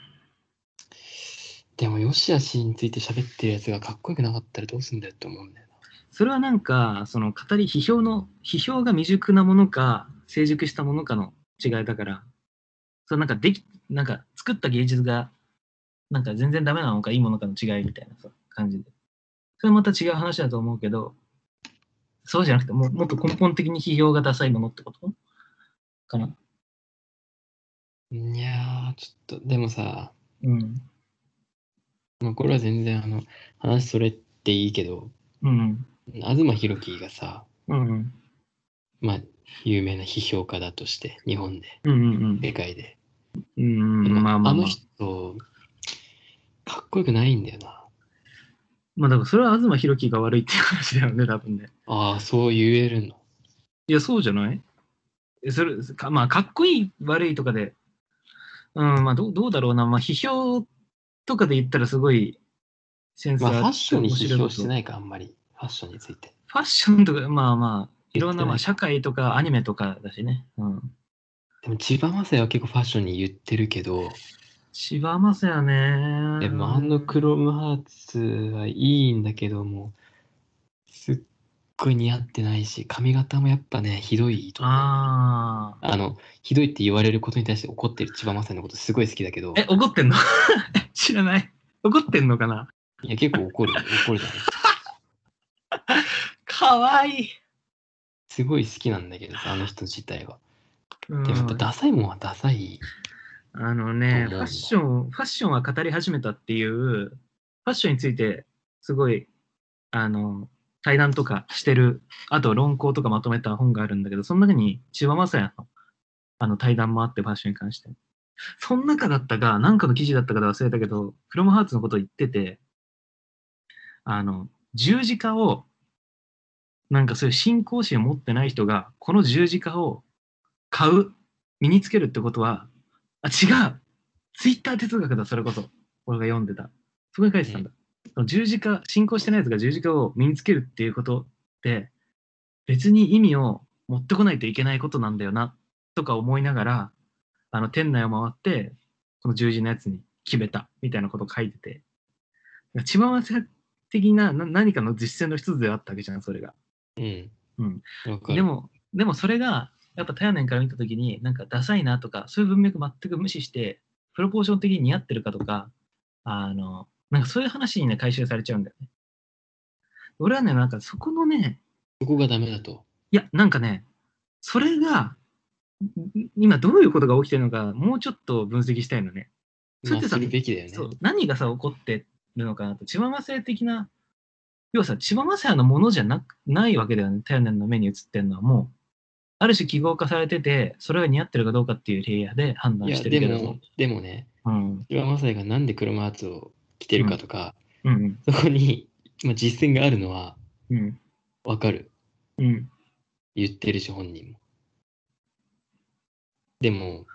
でも、よしあしについて喋ってるやつがかっこよくなかったらどうすんだよって思うんだよな。
それはなんか、その語り、批評の、批評が未熟なものか、成熟したものかの違いだから、そのなんかでき、なんか作った芸術が、なんか全然ダメなのかいいものかの違いみたいなさ、感じで。それはまた違う話だと思うけど、そうじゃなくて、もうもっと根本的に批評がダサいものってことかな。
いやー、ちょっと、でもさ、
うん。
まあ、これは全然あの、話それっていいけど、
うん。
東博樹がさ、
うん。うん
まあ、有名な批評家だとして、日本で、
うんうん。
世界で。
うん、
でも
まあまあ、ま
の
あ。
人、かっこよくないんだよな。
まあだからそれは東博樹が悪いっていう話だよね、多分ね。
ああ、そう言えるの。
いや、そうじゃないえそれかまあ、かっこいい、悪いとかで、うん、まあどう、どうだろうな、まあ、批評とかで言ったらすごいセンス
まあ、
が
ファッションに批評して
い
ないか、あんまり。ファッションについて。
ファッションとか、まあまあ、いろんな、ま
言ってな
あ、
い
社会とかアニメとかだしね。うん。
でも、千葉雅也は結構ファッションに言ってるけど、
千葉マサやね。
でも、あのクロムハーツはいいんだけども、すっごい似合ってないし、髪型もやっぱね、ひどいと思う
ああ。
あの、ひどいって言われることに対して
[LAUGHS]
怒ってる千葉雅也のことすごい好きだけど、
え、怒ってんの知らない。怒ってんのかな
いや、結構怒る。怒るじゃない
かわいい。
すごい好きなんだけどさ、あの人自体は。
うん
でもやっぱダサいもんはダサい。
あのね、フ
どう思う
ァッション、ファッションは語り始めたっていう、ファッションについて、すごい、あの、対談とかしてる、あと論考とかまとめた本があるんだけど、その中に千葉雅也のあの対談もあって、ファッションに関して。その中だったか、なんかの記事だったかで忘れたけど、フロムハーツのことを言ってて、あの、十字架を、なんかそういう信仰心を持ってない人が、この十字架を買う、身につけるってことは、あ、違う。ツイッター哲学だ、それこそ。俺が読んでた。そこに書いてたんだ。その十字架、信仰してないやつが十字架を身につけるっていうことって、別に意味を持ってこないといけないことなんだよな、とか思いながら、あの、店内を回って、この十字のやつに決めた、みたいなことを書いてて。千葉和的なな何かの実践の一つではあったわけじゃん、それが。
うん。
うん。
わかる。
でも、でもそれが、やっぱ、タヤネンから見たときに、なんか、ダサいなとか、そういう文脈全く無視して、プロポーション的に似合ってるかとか、あの、なんかそういう話にね、回収されちゃうんだよね。俺はね、なんかそこのね、
そこがダメだと。
いや、なんかね、それが、ん今どういうことが起きてるのか、もうちょっと分析したいのね。そ
ま
れって
あ、す
さ
るべきだよね。
そう何がさ起こってるのかなと千葉雅也的な要はさ千葉雅也のものじゃなくないわけだよね太陽年の目に映ってるのはもうある種記号化されててそれが似合ってるかどうかっていうレイヤーで判
い
断
や、
してる
で
けど
も、でもね、
うん
岩正也がなんで車ハーツを着てるかとか、
うん
そこに、まあ、実践があるのは
うん
わかる。
うん
言ってるし、本人も。でも、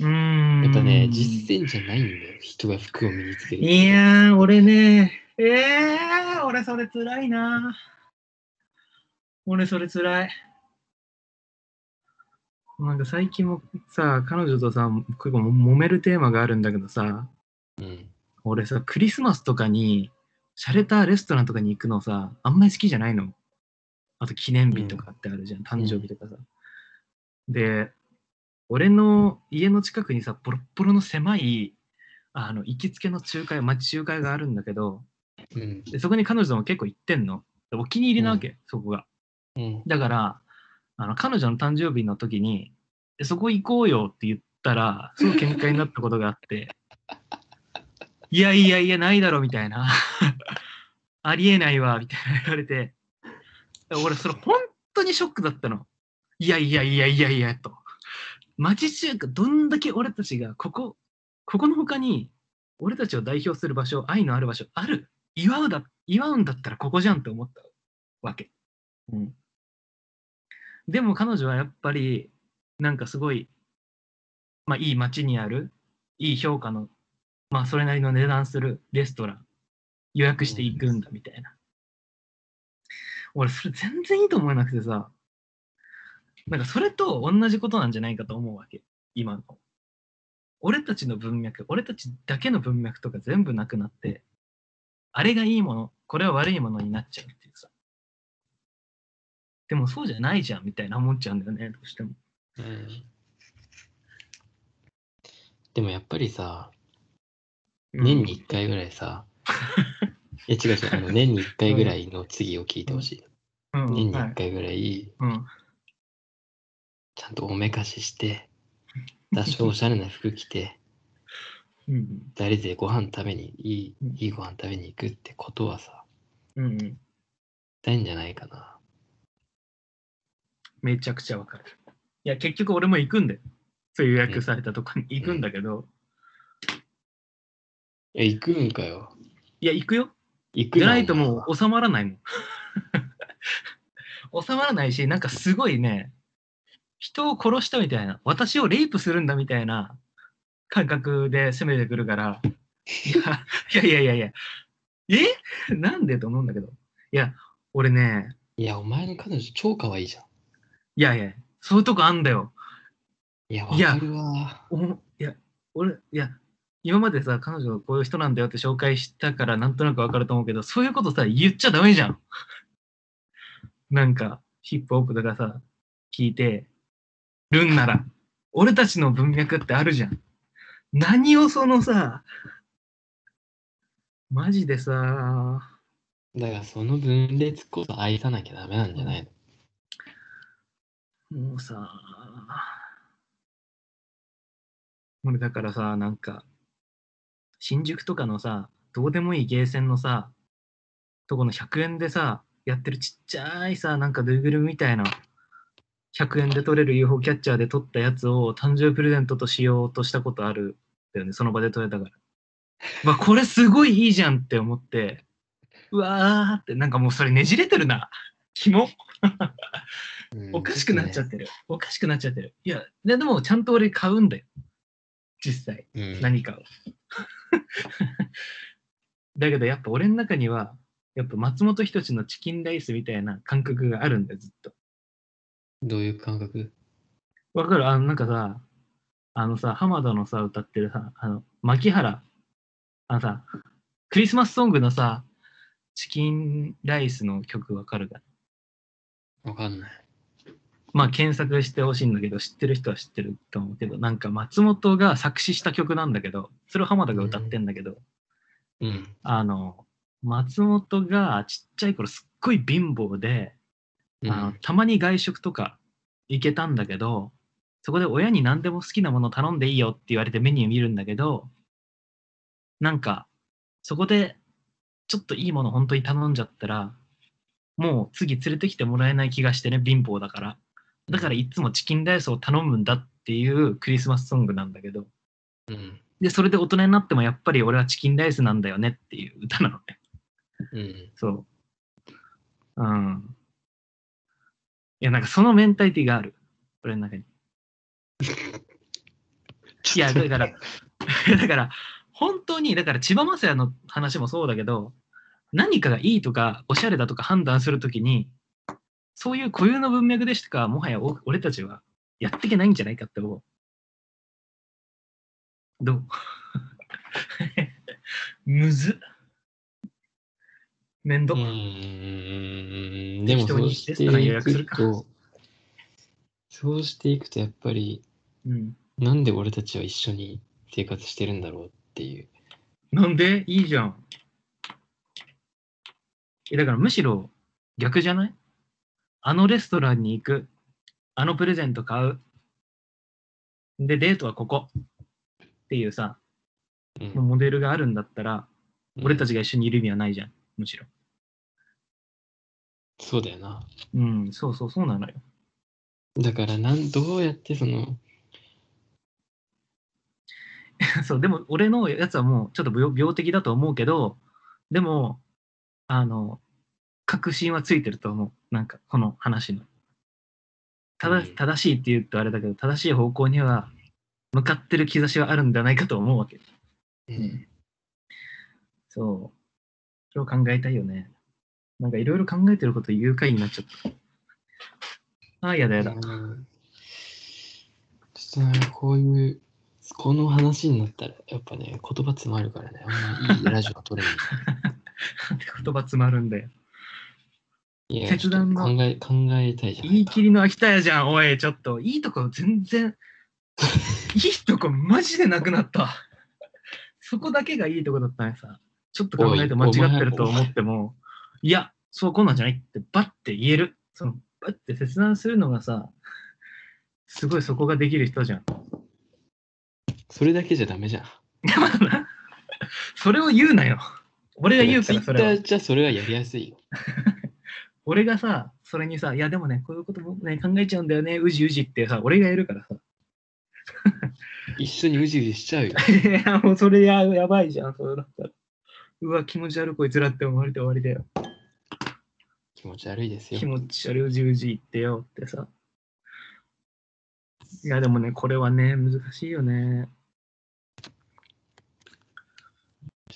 うん
やっぱね、実践じゃないんだよ。人が服を身につける。
いやー俺ねえー、俺それつらいな俺それつらいなんか最近もさ彼女とさ結構も揉めるテーマがあるんだけどさ
うん。
俺さ、クリスマスとかに、洒落たレストランとかに行くのさ、あんまり好きじゃないの。あと記念日とかってあるじゃん、誕生日とかさ。で、俺の家の近くにさ、ボロッボロの狭い、あの、行きつけの仲介、町中介があるんだけど、
うん。
でそこに彼女も結構行ってんの。でお気に入りなわけ、そこが。
うん。
だから、あの彼女の誕生日の時に、えそこ行こうよって言ったら、すごい喧嘩になったことがあって、いやいやいや、ないだろみたいな、ありえないわみたいな言われて、俺、それ本当にショックだったの。いやいやいやいやいやと。町中華、どんだけ俺たちが、ここ、ここの他に、俺たちを代表する場所、愛のある場所、ある、祝うだ、祝うんだったらここじゃんって思ったわけ。うん。でも彼女はやっぱり、なんかすごい、まあいい街にある、いい評価の、まあそれなりの値段するレストラン、予約していくんだみたいな。俺、それ全然いいと思えなくてさ、なんかそれと同じことなんじゃないかと思うわけ、今の。俺たちの文脈、俺たちだけの文脈とか全部なくなって、あれがいいもの、これは悪いものになっちゃうっていうさ。でもそうじゃないじゃんみたいな思っちゃうんだよね、どうしても。
うんでもやっぱりさ、
うん
年に1回ぐら
[LAUGHS]
いさ、いや違う違う、あの年に1回ぐらいの次を聞いてほしい。
うん
年に
は
1
い
回ぐらい、
うん
ちゃんとおめかしして、多少おしゃれな服着
[LAUGHS]
て、
うん
誰でご飯食べに、い
うん
い、いいご飯食べに行くってことはさ、
うんうん
したいんじゃないかな。
めちゃくちゃわかる。いや、結局俺も行くんだよ。そういう予約されたとこに行くんだけど、
え、行くんかよ。
いや、行くよ。
行く
じ
な
ゃないと
お前
もう収まらないもん。 [LAUGHS] 収まらないし、なんかすごいね、人を殺したみたいな、私をレイプするんだみたいな感覚で攻めてくるから、いやいやいやいやいや、えなんでと思うんだけど。いや、俺ね、
いや、お前の彼女超可愛いじゃん。
いやいや、そういうとこあんだよ。
いや、わ
いや
かるわ。
おもいや、俺、いや、今までさ、彼女がこういう人なんだよって紹介したから、なんとなくわかると思うけど、そういうことさ、言っちゃダメじゃん。 [LAUGHS] なんか、ヒップホップとかさ、聞いてるんなら、俺たちの文脈ってあるじゃん。何をそのさ、マジでさ、
だからその分裂こそ愛さなきゃダメなんじゃないの
もうさ、俺だからさ、なんか、新宿とかのさ、どうでもいいゲーセンのさ、とこの100円でさ、やってるちっちゃいさ、なんかぬいぐるみみたいな、100円で取れる UFO キャッチャーで取ったやつを誕生日プレゼントとしようとしたことあるんだよね、その場で取れたから。まあ、これすごいいいじゃんって思って、うわーって、なんかもうそれねじれてるな。キモ
うん
おかしくなっちゃっ
ち
てる。おかしくなっちゃってる。いや、ででもちゃんと俺買うんだよ。実際、
ょっとねうん
何かを。 [LAUGHS] だけどやっぱ俺の中には、やっぱ松本人志のチキンライスみたいな感覚があるんだよ、ずっと。
どういう感覚
わかるあの、なんかさ、あのさ、浜田のさ、歌ってるさ、あの、牧原、あのさ、クリスマスソングのさ、チキンライスの曲わかるかな
わかんない。
まあ検索してほしいんだけど、知ってる人は知ってると思うけど、なんか松本が作詞した曲なんだけど、それを浜田が歌ってんだけど、
うん。
あの、松本がちっちゃい頃すっごい貧乏で、
うん
あのたまに外食とか行けたんだけど、そこで親に何でも好きなもの頼んでいいよって言われてメニュー見るんだけど、なんか、そこでちょっといいもの本当に頼んじゃったら、もう次連れてきてもらえない気がしてね、貧乏だから。だからいつもチキンライスを頼むんだっていうクリスマスソングなんだけど、
うん。
で、それで大人になってもやっぱり俺はチキンライスなんだよねっていう歌なのね。
うん。
そう。うん。いや、なんかそのメンタリティがある。俺の中に。いや、だから、 [LAUGHS] だから、本当に、だから千葉雅也の話もそうだけど、何かがいいとか、おしゃれだとか判断するときに、そういう固有の文脈でしか、もはやお俺たちはやっていけないんじゃないかって思う。どう [LAUGHS] むずっ。めんど。
うん。でも
適当
そ
に
うして
レストラン予
い
約する
く
か
と、そうしていくとやっぱり、
うん、
なんで俺たちは一緒に生活してるんだろうっていう。
なんでいいじゃん。えだからむしろ逆じゃないあのレストランに行く。あのプレゼント買う。で、デートはここ。っていうさ、
うん
モデルがあるんだったら、俺たちが一緒にいる意味はないじゃん。むしろ。
そうだよな。
うん、そうそう、そうなのよ。
だからなん、どうやってその、
[LAUGHS] そう、でも俺のやつはもうちょっと病病的だと思うけど、でも、あの、確信はついてると思う。なんか、この話の。正
うん
正しいって言うとあれだけど、正しい方向には向かってる兆しはあるんじゃないかと思うわけ。んそう。それを考えたいよね。なんかいろいろ考えてること誘拐になっちゃった。ああ、やだやだ。
うんちょっとなんかこういう、この話になったら、やっぱね、言葉詰まるからね、あんまいいラジオが取
[LAUGHS]
れない。
なんて言葉詰まるんだよ。
いや
切断の
ちょっと考え、考えたいじゃん。
言い切りの秋田屋じゃん、おい、ちょっと。いいとこ全然、いいとこマジでなくなった。そこだけがいいとこだったのにさ、ちょっと考えて間違ってると思っても、いや、そうこんなんじゃないって、バッて言える。その、バッて切断するのがさ、すごいそこができる人じゃん。
それだけじゃダメじゃん。
でもなそれを言うなよ。俺が言うから、それは
Twitter じゃそれはやりやすいよ。
俺がさ、それにさ、いやでもね、こういうこともね、考えちゃうんだよね、うじうじってさ、俺がやるからさ。
一緒にうじうじしちゃうよ。
いや、 [LAUGHS] もうそれややばいじゃん、そうだったら。うわ、気持ち悪いこいつらって思われて終わりだよ。
気持ち悪いです
[LAUGHS]
よ
気。持ち悪いうじうじ言ってよってさ。いや、でもね、これはね、難しいよね。
ちょ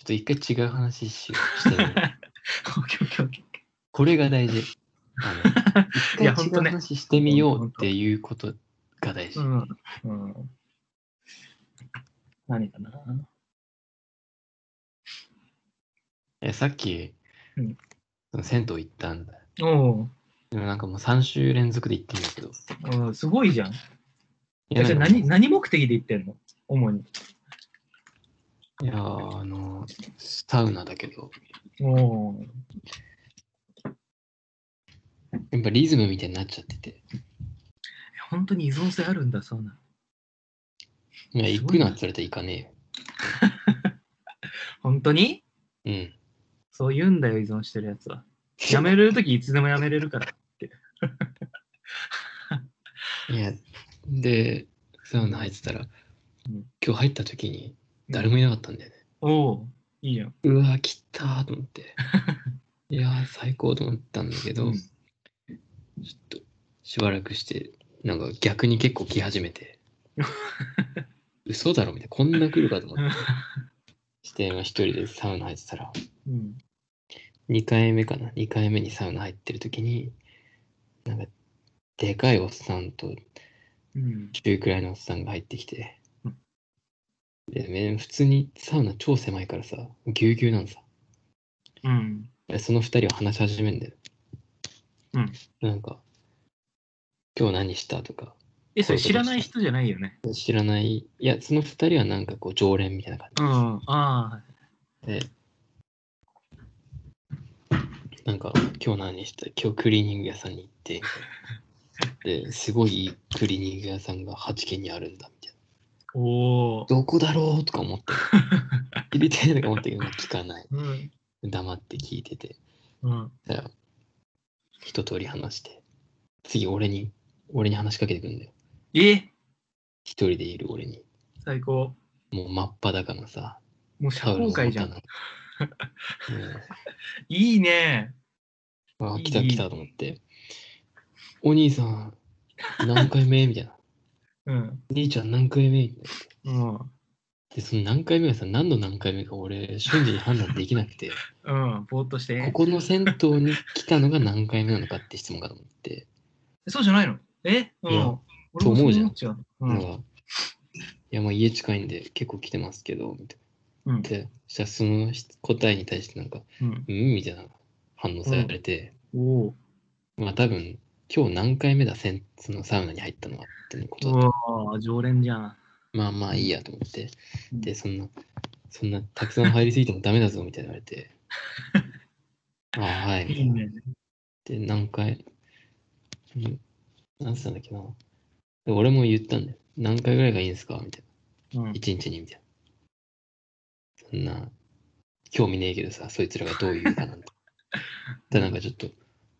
っと一回違う話しようしてみる
オッケーオッケーオッケー
これが大事。あ
[LAUGHS]
の
いや本
一回違
当
う
ね
話してみようっていうことが大事。
うん。うん。何かな
えさっき、
うん
その銭湯行ったんだ。
お
でもなんかもう3週連続で行ってんだけど。い
お、うん、すごいじゃん。えじゃあ
なんか
何何目的で言ってんの主に。
いやー、あの、サウナだけど、
おー
やっぱリズムみたいになっちゃってて、
本当に依存性あるんだ、そうな。
いや、
す
行
ごい
く
な
なって言われたら行かね
本当に
えよ。うん。
そう言うんだよ、依存してるやつは。やめるときいつでもやめれるから。
いや、で、サウナ入ってたら、
ん
今日入った時に誰もいなかったんだよね。
おおいいよ。
うわ、来たーと
[LAUGHS]
思って。いやー、最高と思ったんだけど、
うん
ちょっとしばらくして、なんか逆に結構来始
[LAUGHS]
めて、嘘だろみたいな、こんな来るかと思って。して、まあ、一人でサウナ入ってたら、
うん。
2回目かな2回目にサウナ入ってる時になんかでかいおっさんと
うん。
中くらいのおっさんが入ってきて
うん
でめ普通にサウナ超狭いからさぎゅうぎゅうなのさ
うん。
でその2人は話し始めんだよ
うん
なんか今日何したとか
え、それ知らない人じゃないよね。
知らないいやその2人はなんかこう常連みたいな
う
感
ん。ああ
じでなんか今日何した今日クリーニング屋さんに行ってみたいなですごいいいクリーニング屋さんが8軒にあるんだみたいな。
ー。おお。
どこだろうとか思って、知りたいとか思ったけど、まあ聞かない。
うん。
黙って聞いてて、
うん。
だから一通り話して、次俺に、俺に話しかけてくんだよ。
え
一人でいる俺に。
最高。
もう真っ裸のさ、
もう社交界じゃん。
タオルを
[LAUGHS]
持ったの。
いいね。
うんあ、
いい
来た来たと思って。お兄さん、何回目みたいな。
う
[LAUGHS]
ん。
兄ちゃん何回目みたいな。
うん。
で、その何回目がさ、何の何回目か俺、瞬時に判断でき
[LAUGHS]
なくて、
うん。ぼーっとして。
ここの銭湯に来たのが何回目なのかって質問かと思って、
そうじゃないのえうん。
いや
俺
と
もそ
思うじゃん
思っちゃう。う
なんか
ん。
いや、まあ家近いんで結構来てますけど、みたい
うん
な。。で、そしたらその質答えに対してなんか、
うん。
うんみたいな反応されて、
おー
まあ多分、今日何回目だ、せんそのサウナに入ったのはってことだった
おー常連じゃん。
まあまあいいやと思って、
うん
で、そんな、そんなたくさん入りすぎてもダメだぞ、みたいな言われ
[LAUGHS]
て、ああ、はい、みた
い
い
い
な。
ね。
で、何回、うん何つったんだっけな。で俺も言ったんだよ。何回ぐらいがいいんですかみたい
うん
な。。一日に、みたいな。そんな、興味ねえけどさ、そいつらがどう言う
[LAUGHS]
かなんて。で、なんかちょっと、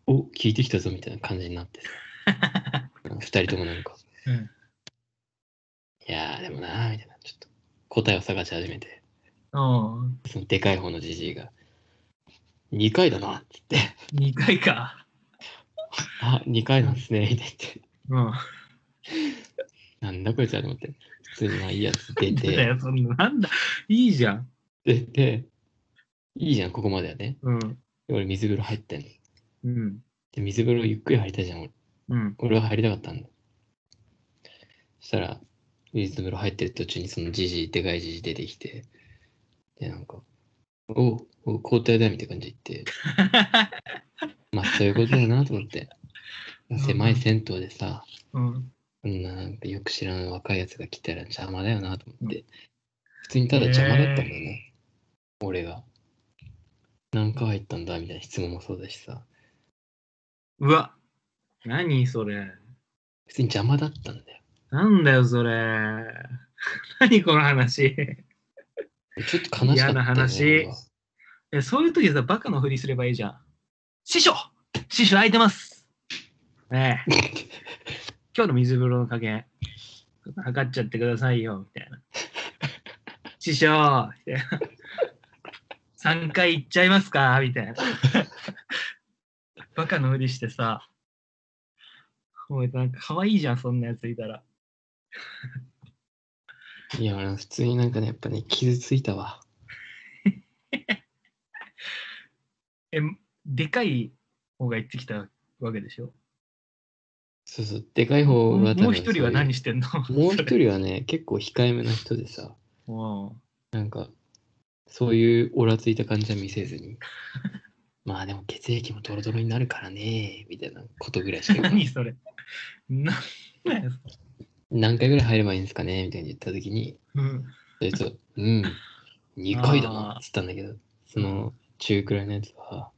お聞いてきたぞ、みたいな感じになってさ。
[LAUGHS]
二人ともなんか、
うん
いやー、でもなー、みたいな。ちょっと、答えを探し始めて、
うん。
そのでかい方のじじいが、2回だな、って言って、
2回か。
あ、2回なんですね、みたいな言って。
うん。
なんだこいつらと思って、普通にまあいいやつ出
出た
て、
よ、そんな。なんだ。いいじゃん。
出て、いいじゃん、ここまではね。
うん。
で俺、水風呂入ってんの。
うん。
で、水風呂ゆっくり入りたいじゃん、俺。
うん。
俺は入りたかったんだ。そしたら、水風呂入ってる途中に、そのじじい、でかいじじい出てきて、で、なんか、おうおう、交代だ、みたいな感じで言って、まあ、そういうことだなと
[LAUGHS]
思って。狭い銭湯でさ、
うん。
こんななんかよく知らない若いやつが来たら邪魔だよなと思って、普通にただ邪魔だったんだよね、俺が。何回入ったんだみたいな質問もそうだしさ、
うわ。何それ。
普通に邪魔だったんだよ。
なんだよ、それ。 [LAUGHS] 何この話。
ちょっと悲しかった、ね。
嫌な話
俺は
えそういう時さ、バカのふりすればいいじゃん。師匠師匠空いてますねえ。今日の水風呂の加減、測っちゃってくださいよ、みたいな。師匠みたいな。3回行っちゃいますかみたいな。バカのふりしてさ。おい、なんか可愛いじゃん、そんなやついたら。
いや、俺は普通になんかね、やっぱね、傷ついたわ。
え、でかい方が行ってきたわけでしょ
そうそう、でかい方
も
が
う
多分
もう一人は何
し
してんの
もう一人はね、結構控えめな人でさ、
も
なんか、そういうオラついた感じは見せ
[LAUGHS]
ずに。まあでも血液もドロドロになるからね、みたいなことぐらいしか
う
言わない
[LAUGHS] 何それなんだよそ
何回ぐらい入ればいいんですかねみたいに言ったときに、
れうん
そいつは、うん、 2回だなっつったんだけど、その中くらいのやつは、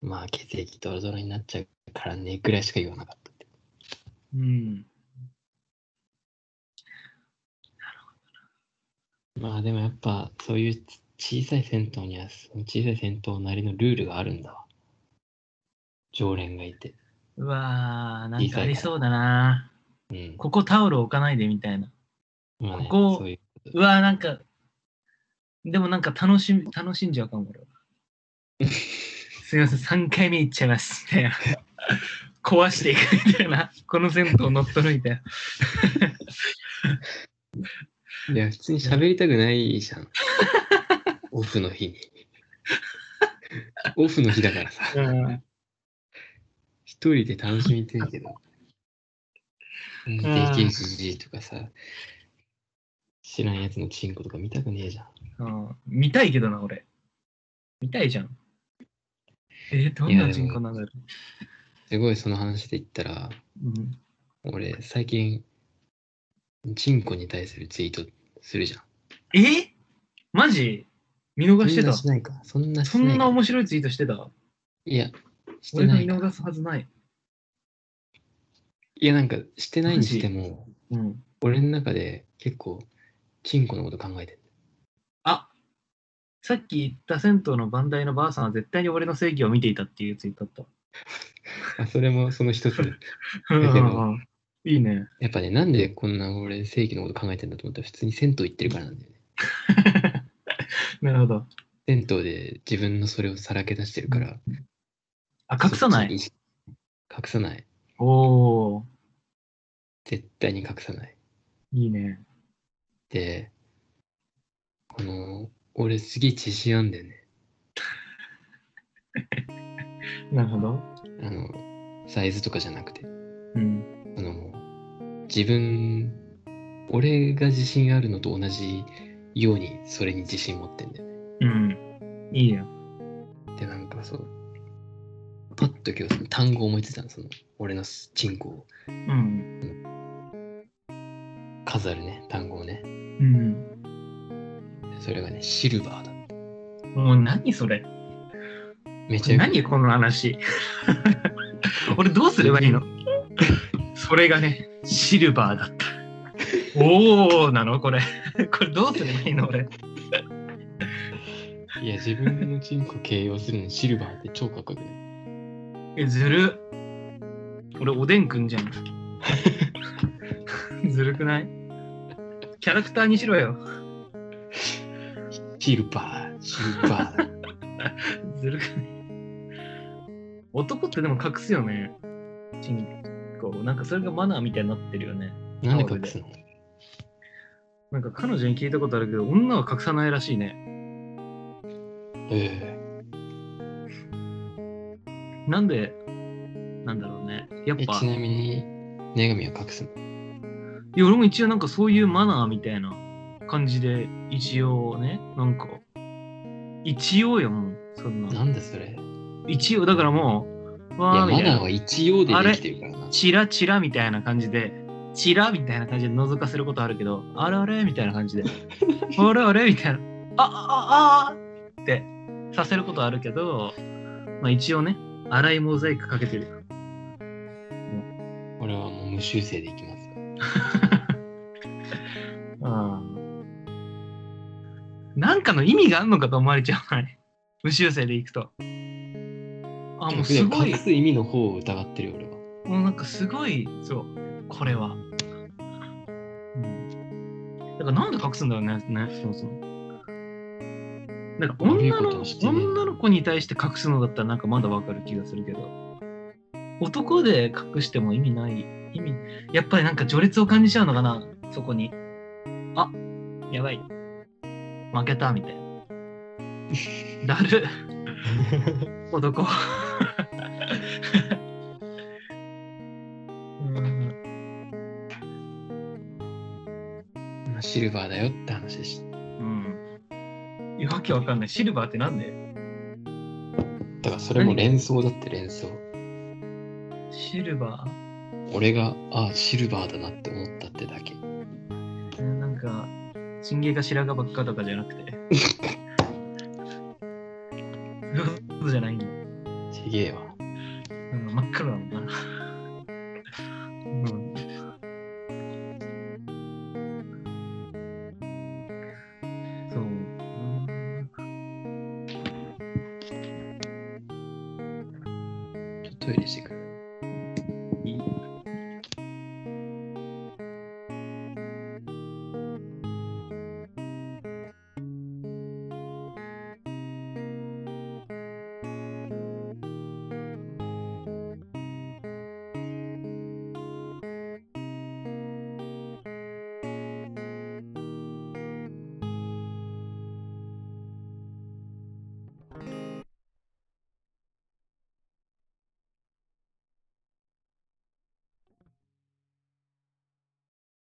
まあ血液ドロドロになっちゃうからねくらいしか言わなかったって。
うん。
まあでもやっぱそういう小さい銭湯にはその小さい銭湯なりのルールがあるんだわ。常連がいて。
うわー、なんかありそうだな。
うん。
ここタオル置かないでみたいな。
まあね、
ここ
そういう
うわー、なんか、でもなんか楽しみ、楽しんじゃうかも、俺は。 [LAUGHS] すいません、3回目行っちゃいます、みたいな。壊していくみたいな。この銭湯乗っ取るみたいな。
いや、普通に喋りたくないじゃん。オフの日に。オフの日だからさ、
うん
一人で楽しみてるけど。うん
あー
でけえじじいとかさ、知らんやつのチンコとか見たくねえじゃん。
うん、見たいけどな、俺。見たいじゃん。えーどんな人口なんだろ
すごいその話で言ったら、
う。うん、
俺最近、チンコに対するツイートするじゃん。
えーマジ見逃してた。
そんなしないか。そんなし
そ
ないか
んな面白いツイートしてた
いや、して
俺が
ない
見
か。
逃すはずない。
いや、なんか、してないにしても、
うん、
俺の中で結構、チンコのこと考えてる。
あさっき言った銭湯の番台のばあさんは絶対に俺の正義を見ていたっていうツイートだっ
あそれもその一つ。
[LAUGHS] た。
でも
うんうんうんいいね。
やっぱね、なんでこんな俺正義のこと考えてんだと思ったら、普通に銭湯行ってるからなんだよね。
なるほど。
銭湯で自分のそれをさらけ出してるから。
あ、隠さな
そっちに
い。
意識。隠さない。
おお
絶対に隠さない。
ーいいね。
で、この、俺すげえ自信あんだよね。
なるほど。
あの、サイズとかじゃなくて。
うん。
あの、もう自分、俺が自信あるのと同じように、それに自信持ってんだよね。
うん。いいよ。
で、なんかそう、パッと今日その単語思いついたの、その、俺のチンコを
うん。
飾るね、単語をね。
うん。
それがね、シルバーだ。
もう何それ
めちゃ
何この
[LAUGHS]
話俺どうすればいいのそれがねシルバーだったおおなのこれ [LAUGHS] これどうすればいいの俺
いや、自分のチンコ形容するのにシルバーって超かっこよくね。
えずる俺おでんくんじゃん [LAUGHS] ずるくないキャラクターにしろよ
シルバー、シルバ
[LAUGHS]
ー。
ずるくない男ってでも隠すよねチンコなんかそれがマナーみたいになってるよね
なんで隠すの
なんか彼女に聞いたことあるけど女は隠さないらしいね
え
なんで、なんだろうね。やっ
ええ
ぱ、
ちなみに、女神は隠すの
いや俺も一応なんかそういうマナーみたいな感じで、一応ね、なんか、一応よ、もう、そんな。
なんでそれいや、
一応、だからもう、わ
マ
ーみたい
ナー
な
は。一応でできてるからな。
チラチラみたいな感じで、チラみたいな感じで覗かせることあるけど、あれあれみたいな感じで、あれあれみたいな、ああああってさせることあるけど、まあ一応ね、粗いモザイクかけてる。
俺はもう無修正でいきます。
なんかの意味があるのかと思われちゃうない無修正でいくと。あ、もうすごい
隠、す意味の方を疑ってるよ俺は。
もうなんかすごい、そう、これは。うん。だからなんで隠すんだろうね、ねそもそも。なんか女
悪いこと
の
はしてねえ
女の子に対して隠すのだったらなんかまだわかる気がするけど、男で隠しても意味ない。意味、やっぱりなんか序列を感じちゃうのかな、そこに。あ、やばい。負けた、みたい
[LAUGHS]
な。だる。男うーん
まあシルバーだよって話でした。
うんいやわけわかんないシルバーってなんで
だからそれも連想だって連想。
シルバー
俺が、ああ、シルバーだなって思ったってだけ。
えーなんかチンゲが白髪ばっかとかじゃなくて。そういうことじゃないんだ。
ちげえわ。
うん、真っ黒だもんな。うん。そう。うん
ちょっとトイレしてくる。